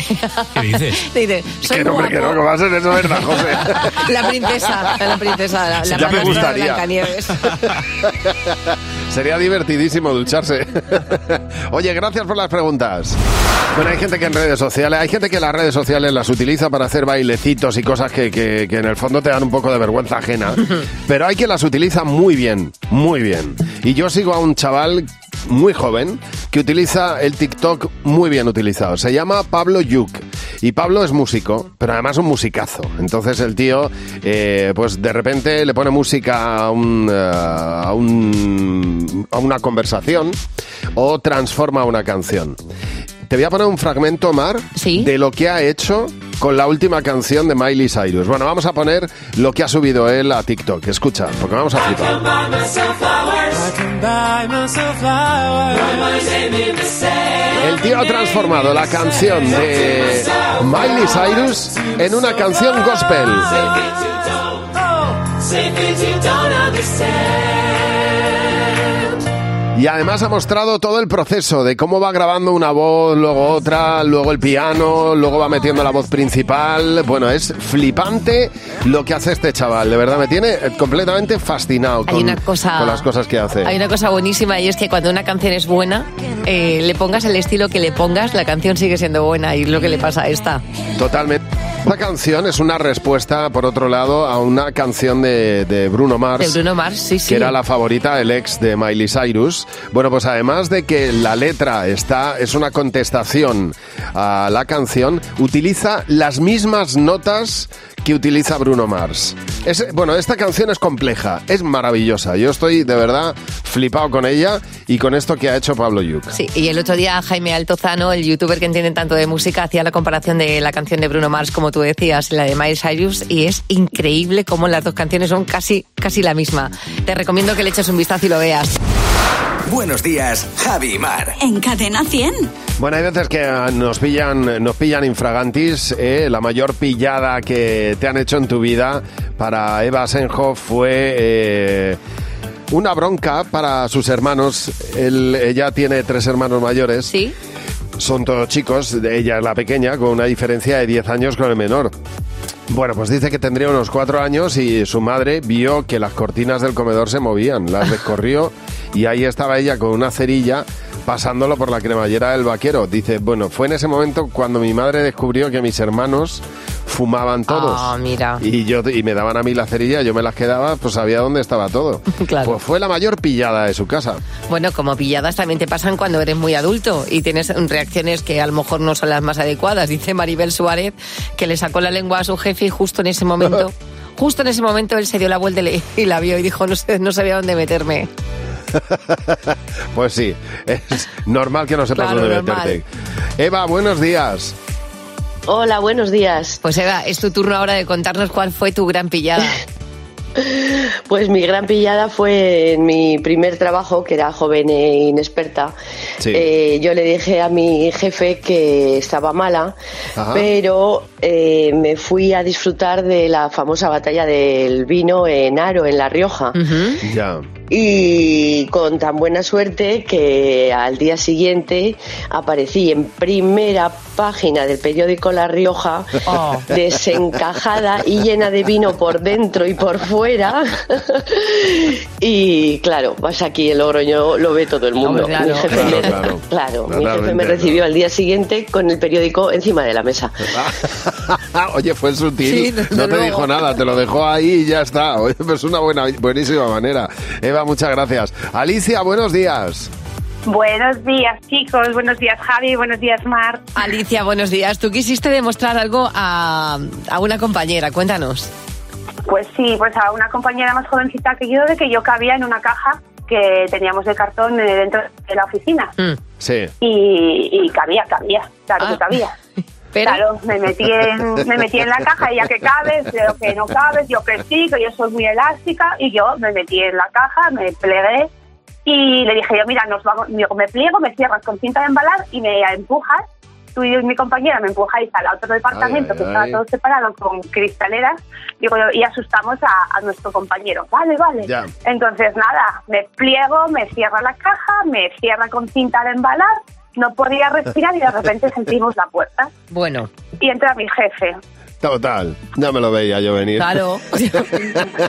Speaker 1: ¿Qué dices?
Speaker 4: Dice, soy
Speaker 3: Que no, hombre, que no,
Speaker 4: guapo.
Speaker 3: que va a ser eso, ¿verdad, José?
Speaker 4: La princesa, la princesa, la,
Speaker 3: Ya
Speaker 4: la madrastra
Speaker 3: me
Speaker 4: de
Speaker 3: gustaría.
Speaker 4: Blancanieves.
Speaker 3: Sería divertidísimo ducharse. Oye, gracias por las preguntas. Bueno, hay gente que en redes sociales, hay gente que las redes sociales las utiliza para hacer bailecitos y cosas que, que- que en el fondo te dan un poco de vergüenza ajena. Pero hay que las utiliza muy bien, muy bien. Y yo sigo a un chaval muy joven que utiliza el TikTok muy bien utilizado. Se llama Pablo Yuk. Y Pablo es músico, pero además un musicazo. Entonces el tío, eh, pues de repente le pone música a, un, eh, a, un- a una conversación o transforma una canción. Te voy a poner un fragmento, Mar, de lo que ha hecho con la última canción de Miley Cyrus. Bueno, vamos a poner lo que ha subido él a TikTok. Escucha, porque vamos a flipar.
Speaker 7: buy myself flowers. I can buy myself flowers.
Speaker 3: El tío ha transformado la canción de Miley Cyrus en una canción gospel.
Speaker 7: Say things you don't understand.
Speaker 3: Y además ha mostrado todo el proceso de cómo va grabando una voz, luego otra, luego el piano, luego va metiendo la voz principal. Bueno, es flipante lo que hace este chaval. De verdad, me tiene eh, completamente fascinado
Speaker 4: Hay
Speaker 3: con,
Speaker 4: una cosa-
Speaker 3: con las cosas que hace.
Speaker 4: Hay una cosa buenísima y es que cuando una canción es buena, eh, le pongas el estilo que le pongas, la canción sigue siendo buena y lo que le pasa a esta.
Speaker 3: Totalmente. Esta canción es una respuesta, por otro lado, a una canción de, de Bruno Mars.
Speaker 4: De Bruno Mars, sí, sí.
Speaker 3: Que era la favorita, el ex de Miley Cyrus. Bueno, pues además de que la letra está, es una contestación a la canción, utiliza las mismas notas que utiliza Bruno Mars. Es- bueno, esta canción es compleja, es maravillosa. Yo estoy de verdad flipado con ella y con esto que ha hecho Pablo Yuk.
Speaker 4: Sí, y el otro día Jaime Altozano, el youtuber que entiende tanto de música, hacía la comparación de la canción de Bruno Mars, como tú decías, y la de Miley Cyrus, y es increíble cómo las dos canciones son casi, casi la misma. Te recomiendo que le eches un vistazo y lo veas.
Speaker 2: Buenos días, Javi y Mar.
Speaker 21: En Cadena 100.
Speaker 3: Bueno, hay veces que ah, nos pillan, nos pillan infragantis. ¿eh? La mayor pillada que te han hecho en tu vida para Eva Senhoff fue eh, una bronca para sus hermanos. Él- ella tiene tres hermanos mayores.
Speaker 4: Sí.
Speaker 3: Son todos chicos, de ella es la pequeña, con una diferencia de 10 años con el menor. Bueno, pues dice que tendría unos cuatro años y su madre vio que las cortinas del comedor se movían, las descorrió y ahí estaba ella con una cerilla pasándolo por la cremallera del vaquero. Dice, bueno, fue en ese momento cuando mi madre descubrió que mis hermanos fumaban todos.
Speaker 4: Ah, mira.
Speaker 3: Y yo y me daban a mí la cerilla, yo me las quedaba, pues sabía dónde estaba todo.
Speaker 4: Claro.
Speaker 3: Pues fue la mayor pillada de su casa.
Speaker 4: Bueno, como pilladas también te pasan cuando eres muy adulto y tienes reacciones que a lo mejor no son las más adecuadas. Dice Maribel Suárez que le sacó la lengua a su jefe y justo en ese momento, justo en ese momento él se dio la vuelta y le- y la vio y dijo, no, sé- no sabía dónde meterme.
Speaker 3: pues sí, es normal que no sepas
Speaker 4: Claro,
Speaker 3: dónde
Speaker 4: normal.
Speaker 3: meterte. Eva, buenos días.
Speaker 4: Hola, buenos días. Pues Eva, es tu turno ahora de contarnos cuál fue tu gran pillada.
Speaker 7: Pues mi gran pillada fue en mi primer trabajo, que era joven e inexperta.
Speaker 14: Sí.
Speaker 7: Eh, yo le dije a mi jefe que estaba mala,
Speaker 14: Ajá.
Speaker 7: pero eh, me fui a disfrutar de la famosa batalla del vino en Aro, en La Rioja.
Speaker 3: Ya.
Speaker 7: Y con tan buena suerte que al día siguiente aparecí en primera página del periódico La Rioja,
Speaker 4: Ah.
Speaker 14: Oh.
Speaker 7: desencajada y llena de vino por dentro y por fuera. Y claro, vas aquí el Logroño, lo ve todo el mundo.
Speaker 14: Hombre, claro.
Speaker 7: Mi jefe
Speaker 14: Claro,
Speaker 7: me-
Speaker 14: claro.
Speaker 7: claro, mi jefe
Speaker 14: Naturalmente,
Speaker 7: me
Speaker 14: ¿no?
Speaker 7: recibió al día siguiente con el periódico encima de la mesa.
Speaker 3: Ah, Oye, fue
Speaker 7: Sí,
Speaker 3: sutil.
Speaker 7: desde
Speaker 3: no te
Speaker 7: luego.
Speaker 3: dijo nada, te lo dejó ahí y ya está. Oye, pues una buena, buenísima manera. Eva, muchas gracias. Alicia, buenos días.
Speaker 15: Buenos días, chicos. Buenos días, Javi. Buenos días, Mar.
Speaker 4: Alicia, buenos días. Tú quisiste demostrar algo a, a una compañera, cuéntanos.
Speaker 15: Pues sí, pues a una compañera más jovencita que yo, de que yo cabía en una caja que teníamos de cartón eh, dentro de la oficina.
Speaker 3: Sí.
Speaker 15: Y, y cabía, cabía, claro
Speaker 4: Ah.
Speaker 15: que cabía.
Speaker 4: Pero-
Speaker 15: Claro, me metí, en, me metí en la caja, ella que cabes, yo que no cabes, yo que sí, que yo soy muy elástica, y yo me metí en la caja, me plegué, y le dije yo, mira, nos vamos, digo, me pliego, me cierras con cinta de embalar y me empujas, tú y mi compañera me empujáis al otro departamento
Speaker 14: Ay, ay,
Speaker 15: que estaba
Speaker 14: ay.
Speaker 15: todo separado este con cristaleras, digo yo, y asustamos a, a nuestro compañero, vale, vale.
Speaker 14: Ya.
Speaker 15: Entonces nada, me pliego, me cierra la caja, me cierra con cinta de embalar, no podía respirar y de repente sentimos la puerta.
Speaker 4: Bueno.
Speaker 15: Y entra mi jefe.
Speaker 3: Total, ya me lo veía yo venir.
Speaker 15: Claro.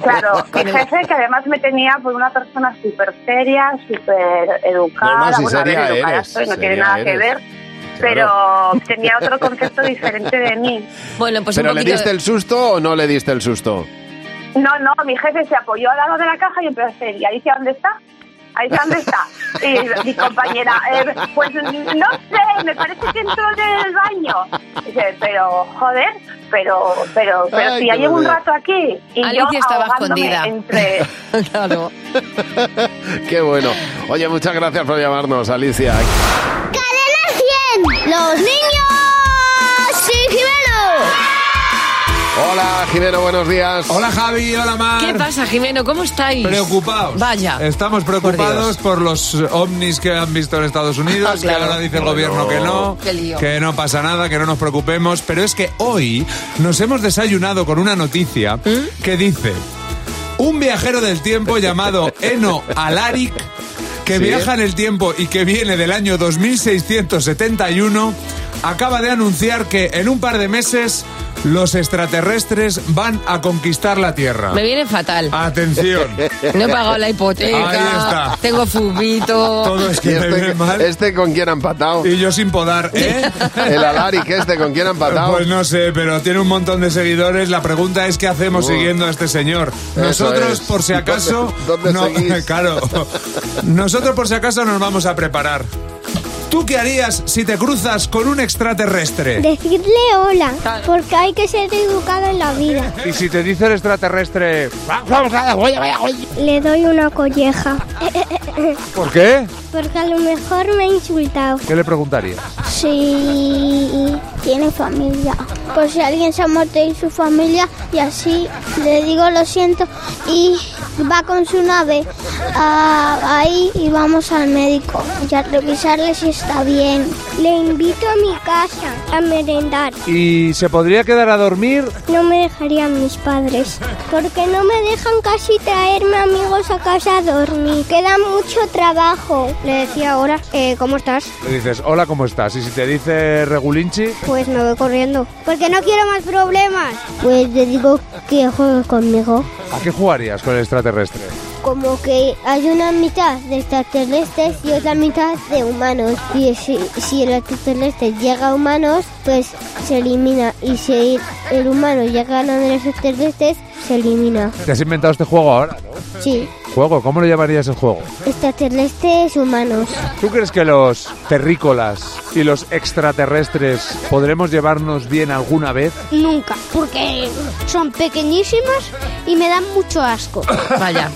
Speaker 15: Claro, mi jefe que además me tenía por una persona súper seria, súper
Speaker 3: No,
Speaker 15: educada,
Speaker 3: no, si
Speaker 15: bueno, a ver,
Speaker 3: seria
Speaker 15: educada
Speaker 3: eres,
Speaker 15: soy, no tiene
Speaker 3: seria
Speaker 15: nada que
Speaker 3: eres.
Speaker 15: ver,
Speaker 3: Claro.
Speaker 15: pero tenía otro concepto diferente de mí.
Speaker 4: Bueno, pues
Speaker 3: ¿Pero le diste el susto o no le diste el susto?
Speaker 15: No, no, mi jefe se apoyó al lado de la caja y empezó a hacer, ¿y Alicia dónde está? Alicia, ¿dónde está? Y mi compañera, eh, pues no sé, me parece que entró del baño. Dice, pero, joder, pero, pero, pero
Speaker 4: Ay,
Speaker 15: si ya
Speaker 4: qué
Speaker 15: llevo un
Speaker 4: barbaridad.
Speaker 15: rato aquí. Y yo
Speaker 4: Alicia estaba
Speaker 15: ahogándome
Speaker 4: escondida.
Speaker 15: Entre,
Speaker 4: claro.
Speaker 3: Qué bueno. Oye, muchas gracias por llamarnos, Alicia.
Speaker 14: ¡Cadena 100!
Speaker 13: Los niños sin
Speaker 3: Hola, Jimeno, buenos días.
Speaker 8: Hola, Javi, hola, Mar.
Speaker 4: ¿Qué pasa, Jimeno? ¿Cómo estáis?
Speaker 8: Preocupados.
Speaker 4: Vaya.
Speaker 8: Estamos preocupados por, los ovnis que han visto en Estados Unidos,
Speaker 4: Ah, claro.
Speaker 8: que ahora dice el gobierno que no,
Speaker 4: Qué lío.
Speaker 8: que no pasa nada, que no nos preocupemos, pero es que hoy nos hemos desayunado con una noticia
Speaker 4: ¿Mm?
Speaker 8: que dice un viajero del tiempo llamado Eno Alaric que
Speaker 3: Sí.
Speaker 8: viaja en el tiempo y que viene del año 2671 acaba de anunciar que en un par de meses los extraterrestres van a conquistar la Tierra.
Speaker 4: Me viene fatal.
Speaker 8: Ah. Atención.
Speaker 4: No he pagado la hipoteca.
Speaker 8: Ahí está.
Speaker 4: Tengo fubito.
Speaker 8: Todo es que
Speaker 3: ¿Y
Speaker 8: me
Speaker 3: este,
Speaker 8: viene mal.
Speaker 3: este con quién ha empatado?
Speaker 8: Y yo sin podar, ¿eh?
Speaker 3: El Alaric este con quién ha empatado.
Speaker 8: Pues no sé, pero tiene un montón de seguidores. La pregunta es qué hacemos
Speaker 3: Buah.
Speaker 8: siguiendo a este señor.
Speaker 3: Eso
Speaker 8: Nosotros,
Speaker 3: es.
Speaker 8: por si acaso,
Speaker 3: ¿Dónde- dónde seguís?
Speaker 8: claro, nosotros por si acaso nos vamos a preparar. ¿Tú qué harías si te cruzas con un extraterrestre?
Speaker 13: Decirle hola, porque hay que ser educado en la vida.
Speaker 8: Y si te dice el extraterrestre,
Speaker 13: Le doy una colleja,
Speaker 8: ¿por qué?
Speaker 13: porque a lo mejor me ha insultado.
Speaker 8: ¿Qué le preguntarías?
Speaker 13: Si tiene familia, por si alguien se ha muerto y su familia, y así le digo lo siento, y va con su nave a- ahí y vamos al médico y a revisarle si está bien. Le invito a mi casa a merendar.
Speaker 8: ¿Y se podría quedar a dormir?
Speaker 13: No me dejarían mis padres, porque no me dejan casi traerme amigos a casa a dormir. Queda mucho trabajo. Le decía ahora, eh, ¿cómo estás?
Speaker 8: Le dices, hola, ¿cómo estás? Y si te dice Regulinchi,
Speaker 13: Pues me voy corriendo, porque no quiero más problemas. Pues le digo que juegue conmigo.
Speaker 8: ¿a qué jugarías con el extraterrestre?
Speaker 13: Como que hay una mitad de extraterrestres y otra mitad de humanos. Y si, si el extraterrestre llega a humanos, pues se elimina. Y si el humano llega a uno de los extraterrestres, se elimina.
Speaker 8: Te has inventado este juego ahora, ¿no?
Speaker 13: Sí.
Speaker 8: Juego, ¿cómo lo llamarías el juego?
Speaker 13: Extraterrestres humanos.
Speaker 8: ¿Tú crees que los terrícolas y los extraterrestres podremos llevarnos bien alguna vez?
Speaker 13: Nunca, porque son pequeñísimas y me dan mucho asco.
Speaker 4: Vaya.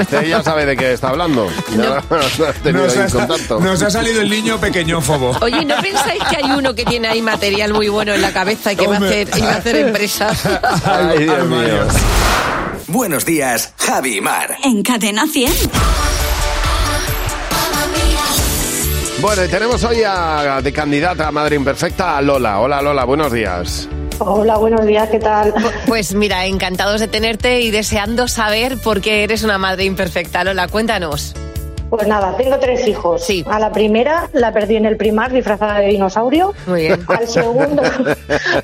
Speaker 3: Este ya sabe de qué está hablando. Ya no, ha tenido ahí contacto.
Speaker 8: nos ha salido el niño pequeñófobo.
Speaker 4: Oye, ¿no pensáis que hay uno que tiene ahí material muy bueno en la cabeza y que va a
Speaker 2: Hombre.
Speaker 4: hacer, y va a hacer empresas?
Speaker 2: Ay, Dios mío. Buenos días, Javi y Mar.
Speaker 21: En Cadena 100.
Speaker 3: Bueno, y tenemos hoy a, de candidata a Madre Imperfecta a Lola. Hola, Lola, buenos días.
Speaker 4: Hola, buenos días, ¿qué tal? Pues mira, encantados de tenerte y deseando saber por qué eres una madre imperfecta. Lola, cuéntanos.
Speaker 6: Pues nada, tengo tres hijos. A la primera la perdí en el primar disfrazada de dinosaurio.
Speaker 4: Muy bien.
Speaker 6: Al segundo,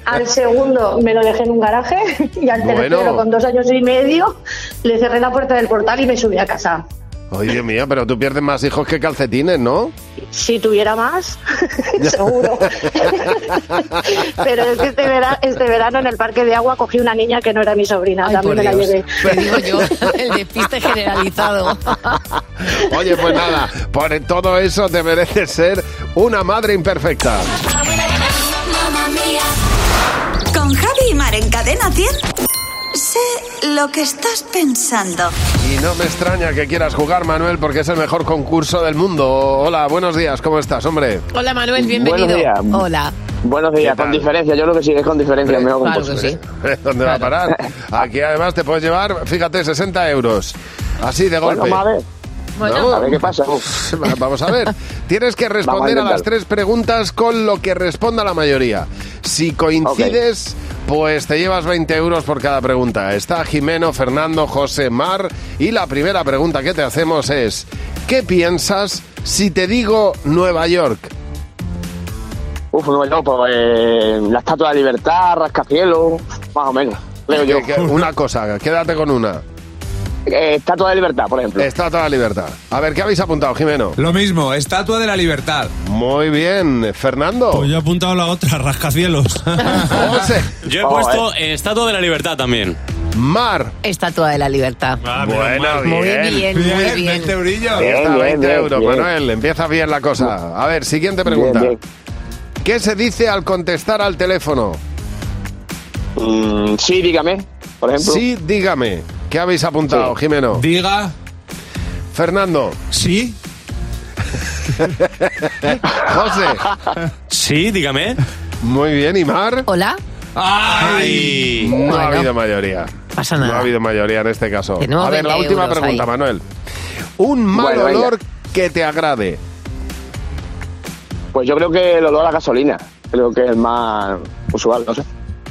Speaker 6: al segundo me lo dejé en un garaje y al
Speaker 3: Bueno.
Speaker 6: tercero con dos años y medio le cerré la puerta del portal y me subí a casa.
Speaker 3: Ay, Dios mío, pero tú pierdes más hijos que calcetines, ¿no?
Speaker 6: Si tuviera más, seguro. Pero es que este verano, este verano en el parque de agua cogí una niña que no era mi sobrina, también me la llevé.
Speaker 4: Te digo yo, el despiste generalizado.
Speaker 3: Oye, pues nada, por todo eso te mereces ser una madre imperfecta.
Speaker 21: Con Javi y Mar en Cadena 100. Sé lo que estás pensando.
Speaker 3: Y no me extraña que quieras jugar, Manuel, porque es el mejor concurso del mundo. Hola, buenos días, ¿cómo estás, hombre?
Speaker 4: Hola, Manuel, bienvenido.
Speaker 3: Buenos días.
Speaker 4: Hola.
Speaker 3: Buenos
Speaker 24: días, con diferencia, yo lo que sí es con diferencia, me hago con
Speaker 3: Claro que
Speaker 24: postre.
Speaker 3: ¿Dónde va a parar? Aquí además te puedes llevar, fíjate, 60 euros. Así de golpe.
Speaker 24: Bueno, vamos a ver.
Speaker 3: No.
Speaker 24: A ver qué pasa.
Speaker 3: Va- Vamos a ver. Tienes que
Speaker 24: Vamos a
Speaker 3: responder a, las
Speaker 24: intentarlo.
Speaker 3: tres preguntas con lo que responda la mayoría. Si coincides, pues te llevas 20 euros por cada pregunta. Está Jimeno, Fernando, José, Mar. Y la primera pregunta que te hacemos es: ¿Qué piensas si te digo Nueva York?
Speaker 24: Uf, no, no, pues eh, la Estatua de la Libertad, Rascacielos, más o menos. Leo yo. Eh,
Speaker 3: Que- que- Una cosa, quédate con una.
Speaker 24: Estatua de Libertad, por ejemplo.
Speaker 3: Estatua de Libertad. A ver, ¿qué habéis apuntado, Jimeno?
Speaker 8: Lo mismo, Estatua de la Libertad.
Speaker 3: Muy bien, Fernando.
Speaker 8: Pues
Speaker 1: yo he apuntado la otra, rascacielos. Yo he puesto eh, Estatua de la Libertad también.
Speaker 3: Mar. Ah,
Speaker 4: Estatua de la libertad.
Speaker 3: Bueno,
Speaker 4: Muy bien, muy bien.
Speaker 3: Ahí está,
Speaker 24: Bien,
Speaker 3: 20
Speaker 24: bien,
Speaker 3: euros,
Speaker 24: bien.
Speaker 3: Manuel. Empieza bien la cosa. A ver, siguiente pregunta.
Speaker 24: Bien,
Speaker 3: ¿Qué se dice al contestar al teléfono?
Speaker 24: Mm, sí, dígame, por ejemplo.
Speaker 3: Sí, dígame. ¿Qué habéis apuntado,
Speaker 24: Sí.
Speaker 3: Jimeno?
Speaker 8: Diga.
Speaker 3: Fernando.
Speaker 1: Sí.
Speaker 3: José.
Speaker 1: Sí, dígame.
Speaker 3: Muy bien, ¿y Mar?
Speaker 4: Hola.
Speaker 3: ¡Ay! No ha
Speaker 4: Bueno.
Speaker 3: habido mayoría.
Speaker 4: Pasa nada.
Speaker 3: No ha habido mayoría en este caso.
Speaker 4: Tenemos
Speaker 3: A ver, la
Speaker 4: 20
Speaker 3: última
Speaker 4: euros
Speaker 3: pregunta,
Speaker 4: ahí.
Speaker 3: Manuel. Un mal
Speaker 24: Bueno, venga.
Speaker 3: olor que te agrade.
Speaker 24: Pues yo creo que el olor a gasolina, creo que es el más usual, no sé.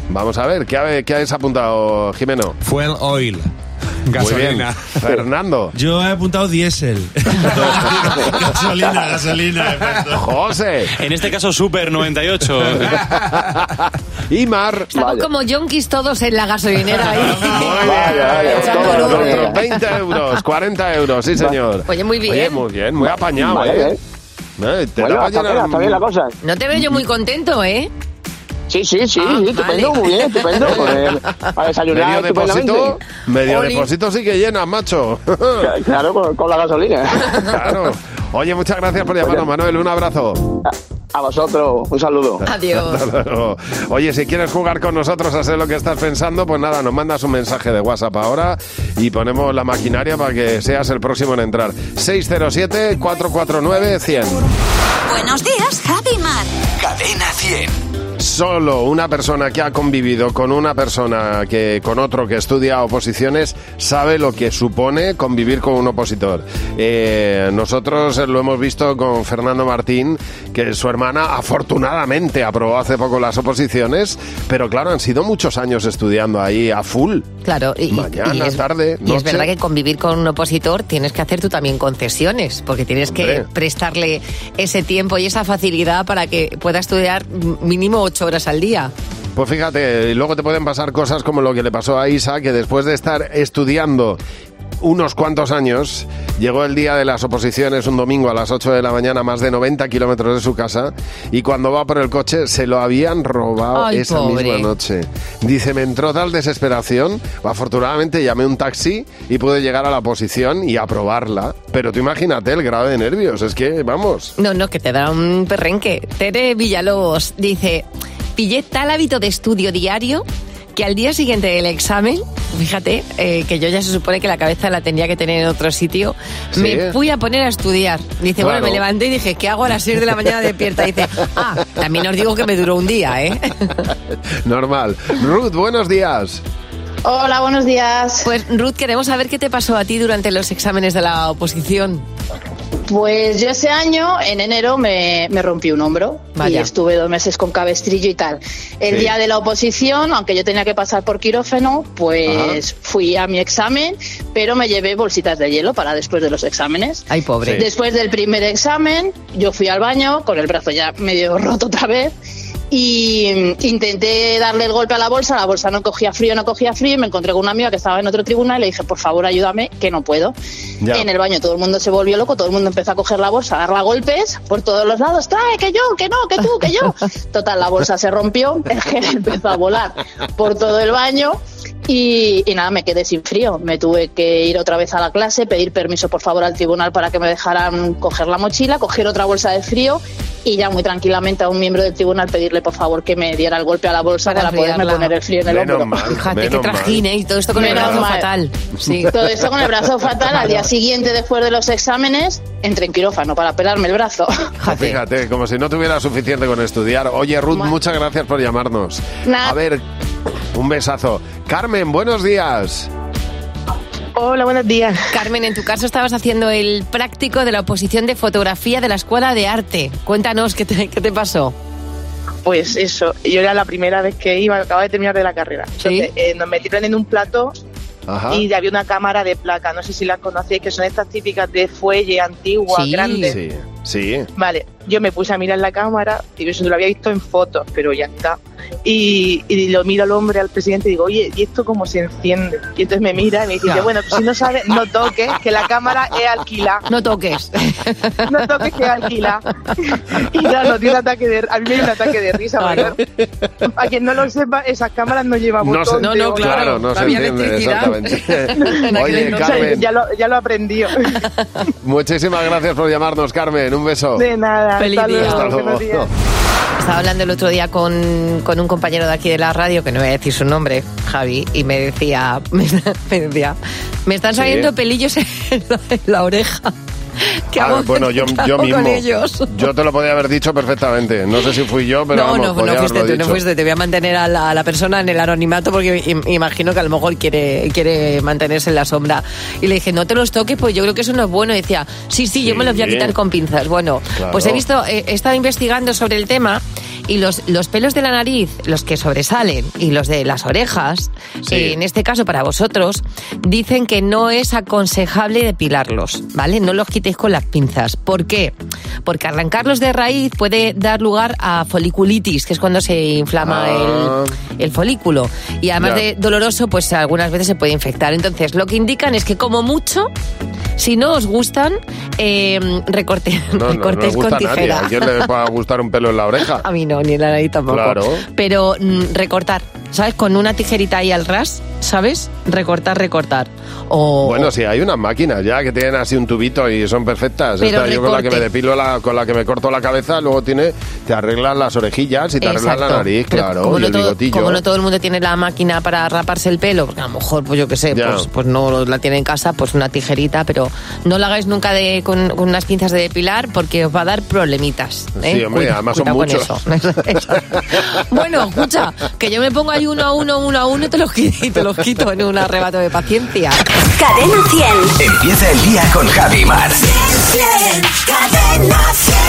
Speaker 3: Vamos a ver, ¿qué, ha- qué habéis apuntado, Jimeno?
Speaker 8: Fuel oil. Gasolina.
Speaker 3: Fernando.
Speaker 5: Yo he apuntado diésel.
Speaker 1: gasolina, gasolina.
Speaker 3: José.
Speaker 1: En este caso, Super 98.
Speaker 3: y Mar.
Speaker 4: Estamos como yonkis todos en la gasolinera ahí.
Speaker 3: Todos nosotros, 20 euros, 40 euros, sí, señor.
Speaker 4: Oye, muy bien.
Speaker 3: Oye, muy bien, muy apañado,
Speaker 24: Vale,
Speaker 3: ¿eh? Eh, te
Speaker 24: Bueno,
Speaker 3: la va a
Speaker 24: está
Speaker 3: llenar-
Speaker 24: bien, está bien la cosa.
Speaker 4: No te veo yo muy contento, ¿eh?
Speaker 24: Sí, sí, sí,
Speaker 4: Ah,
Speaker 24: estupendo,
Speaker 4: vale.
Speaker 24: muy bien, estupendo. Pues, a desayunar
Speaker 3: Medio depósito,
Speaker 24: estupendamente.
Speaker 3: medio
Speaker 24: Oli.
Speaker 3: depósito sí que llenas, macho.
Speaker 24: Claro, con, con la gasolina.
Speaker 3: Claro. Oye, muchas gracias por llamarnos, Manuel. Un abrazo.
Speaker 24: A vosotros, un saludo.
Speaker 4: Adiós.
Speaker 3: Hasta luego. Oye, si quieres jugar con nosotros a ser lo que estás pensando, pues nada, nos mandas un mensaje de WhatsApp ahora y ponemos la maquinaria para que seas el próximo en entrar. 607-449-100.
Speaker 21: Buenos días, Javi Mar.
Speaker 2: Cadena 100.
Speaker 3: Solo una persona que ha convivido con una persona que con otro que estudia oposiciones sabe lo que supone convivir con un opositor. Eh, nosotros lo hemos visto con Fernando Martín, que su hermana afortunadamente aprobó hace poco las oposiciones, pero claro, han sido muchos años estudiando ahí a full.
Speaker 4: Claro, y, y-
Speaker 3: Mañana,
Speaker 4: y es,
Speaker 3: tarde,
Speaker 4: y es
Speaker 3: noche.
Speaker 4: verdad que convivir con un opositor tienes que hacer tú también concesiones, porque tienes que
Speaker 3: Hombre.
Speaker 4: prestarle ese tiempo y esa facilidad para que pueda estudiar m- mínimo ocho horas al día.
Speaker 3: Pues fíjate, y luego te pueden pasar cosas como lo que le pasó a Isa, que después de estar estudiando unos cuantos años, llegó el día de las oposiciones, un domingo a las 8 de la mañana, más de 90 kilómetros de su casa, y cuando va por el coche se lo habían robado
Speaker 4: Ay,
Speaker 3: esa
Speaker 4: pobre.
Speaker 3: misma noche. Dice, me entró tal desesperación, afortunadamente llamé un taxi y pude llegar a la oposición y aprobarla. Pero tú imagínate el grado de nervios, es que, vamos...
Speaker 4: No, no, que te da un perrenque. Tere Villalobos dice, pillé tal hábito de estudio diario que al día siguiente del examen, fíjate, eh, que yo ya se supone que la cabeza la tenía que tener en otro sitio,
Speaker 14: Sí.
Speaker 4: me fui a poner a estudiar. Dice, bueno,
Speaker 14: Claro.
Speaker 4: me levanté y dije, ¿qué hago a las 6 de la mañana despierta? Dice, ah, también os digo que me duró un día, ¿eh?
Speaker 3: Normal. Ruth, buenos días.
Speaker 4: Hola, buenos días. Pues Ruth, queremos saber qué te pasó a ti durante los exámenes de la oposición.
Speaker 14: Pues yo ese año, en enero, me, me rompí un hombro
Speaker 4: Vaya.
Speaker 14: y estuve dos meses con cabestrillo y tal. El
Speaker 4: Sí.
Speaker 14: día de la oposición, aunque yo tenía que pasar por quirófano, pues fui a mi examen, pero me llevé bolsitas de hielo para después de los exámenes.
Speaker 4: Ay, pobre.
Speaker 14: Después del primer examen, yo fui al baño con el brazo ya medio roto otra vez y mm, intenté darle el golpe a la bolsa, la bolsa no cogía frío, no cogía frío y me encontré con una amiga que estaba en otro tribunal y le dije, por favor, ayúdame, que no puedo.
Speaker 16: Ya.
Speaker 14: En el baño todo el mundo se volvió loco, todo el mundo empezó a coger la bolsa, a darla a golpes por todos los lados, trae, que yo, que no, que tú, que yo. Total, la bolsa se rompió, el gel empezó a volar por todo el baño. Y, y nada, me quedé sin frío. Me tuve que ir otra vez a la clase, pedir permiso por favor al tribunal para que me dejaran coger la mochila, coger otra bolsa de frío y ya muy tranquilamente a un miembro del tribunal pedirle por favor que me diera el golpe a la bolsa para, poderme
Speaker 4: enfriarla.
Speaker 14: poner el frío en el
Speaker 3: Menos
Speaker 14: hombro.
Speaker 3: mal, Fíjate qué menos mal.
Speaker 4: trajín, ¿eh? Y todo esto con el brazo fatal. Sí.
Speaker 14: Todo esto con el brazo fatal. Al día siguiente, después de los exámenes, entré en quirófano para pelarme el brazo.
Speaker 3: Fíjate, como si no tuviera suficiente con estudiar. Oye, Ruth, muchas gracias por llamarnos.
Speaker 14: Nada.
Speaker 3: A ver, un besazo. Carmen, buenos días.
Speaker 4: Hola, buenos días. Carmen, en tu caso estabas haciendo el práctico de la oposición de fotografía de la Escuela de Arte. Cuéntanos qué te, qué te pasó.
Speaker 16: Pues eso, yo era la primera vez que iba, acababa de terminar de la carrera. Entonces, eh, nos metieron en un plato Ajá. y había una cámara de placa, no sé si las conocéis, que son estas típicas de fuelle antigua, grandes.
Speaker 3: Sí, sí.
Speaker 16: Vale, yo me puse a mirar la cámara, y eso lo había visto en fotos, pero ya está. Y, y lo miro al hombre, al presidente, y digo, oye, ¿y esto cómo se enciende? Y entonces me mira y me dice,
Speaker 4: Ya.
Speaker 16: bueno, pues si no sabes, no toques, que la cámara es alquilada.
Speaker 4: No toques.
Speaker 16: No toques, que es alquilada. Y ya nos dio un ataque de A mí me dio un ataque de risa, porque A quien no lo sepa, esas cámaras no llevan
Speaker 3: No, se-
Speaker 16: botón. de on.
Speaker 3: no se entiende exactamente. Oye, Carmen,
Speaker 16: Ya lo, ya lo aprendí.
Speaker 3: muchísimas gracias por llamarnos, Carmen. Un beso.
Speaker 16: De nada.
Speaker 4: Feliz
Speaker 16: hasta
Speaker 4: día.
Speaker 16: luego,
Speaker 3: Hasta
Speaker 16: buenos días.
Speaker 3: luego.
Speaker 4: Estaba hablando el otro día con, con un compañero de aquí de la radio, que no voy a decir su nombre, Javi, y me decía, me, decía, me están
Speaker 16: Sí.
Speaker 4: saliendo pelillos en la, en la oreja. ¿Qué
Speaker 3: Ah,
Speaker 4: hago,
Speaker 3: bueno, yo,
Speaker 4: qué
Speaker 3: yo
Speaker 4: hago
Speaker 3: mismo.
Speaker 4: con ellos?
Speaker 3: Yo te lo podía haber dicho perfectamente. No sé si fui yo, pero
Speaker 4: no,
Speaker 3: vamos,
Speaker 4: no,
Speaker 3: podía
Speaker 4: no fuiste
Speaker 3: haberlo
Speaker 4: tú, no
Speaker 3: dicho.
Speaker 4: fuiste. Te voy a mantener a la, a la persona en el anonimato porque im- imagino que a lo mejor quiere, quiere mantenerse en la sombra. Y le dije, no te los toques, pues yo creo que eso no es bueno. Y decía, sí, sí, yo me los voy a
Speaker 17: Sí.
Speaker 4: quitar con pinzas. Bueno,
Speaker 17: Claro.
Speaker 4: pues he visto, eh, he estado investigando sobre el tema y los, los pelos de la nariz, los que sobresalen, y los de las orejas, eh, en este caso para vosotros, dicen que no es aconsejable depilarlos, ¿vale? No los quitéis con las pinzas. ¿Por qué? Porque arrancarlos de raíz puede dar lugar a foliculitis, que es cuando se inflama
Speaker 3: Ah.
Speaker 4: el, el folículo. Y además
Speaker 3: Ya.
Speaker 4: de doloroso, pues algunas veces se puede infectar. Entonces, lo que indican es que como mucho... Si no os gustan, eh, recorte-
Speaker 3: No, no, no le
Speaker 4: recortéis con
Speaker 3: gusta a nadie.
Speaker 4: tijera.
Speaker 3: ¿A quién le va a gustar un pelo en la oreja?
Speaker 4: A mí no, ni en la nariz tampoco.
Speaker 3: Claro.
Speaker 4: Pero mm, recortar, ¿sabes? Con una tijerita ahí al ras, ¿sabes? Recortar, recortar. O,
Speaker 3: Bueno, sí, hay unas máquinas ya que tienen así un tubito y son perfectas.
Speaker 4: Pero
Speaker 3: Esta, yo con la que me
Speaker 4: recorte.
Speaker 3: depilo, la, con la que me corto la cabeza, luego tiene, te arreglan las orejillas y te arreglan la
Speaker 4: Exacto.
Speaker 3: nariz,
Speaker 4: Pero
Speaker 3: claro,
Speaker 4: como
Speaker 3: y
Speaker 4: no
Speaker 3: el
Speaker 4: todo-
Speaker 3: bigotillo.
Speaker 4: Como no todo el mundo tiene la máquina para raparse el pelo, porque a lo mejor, pues yo qué sé,
Speaker 3: Ya.
Speaker 4: pues, pues no la tiene en casa, pues una tijerita, pero no la hagáis nunca de, con, con unas pinzas de depilar porque os va a dar problemitas. ¿eh?
Speaker 3: Sí, hombre,
Speaker 4: Cuida-
Speaker 3: además son
Speaker 4: cuidado con
Speaker 3: muchos.
Speaker 4: eso. Bueno, escucha, que yo me pongo ahí uno a uno, uno a uno y te los quito, y te los quito en un arrebato de paciencia.
Speaker 2: Cadena 100. Empieza el día con Javi Mar.
Speaker 21: Cadena 100.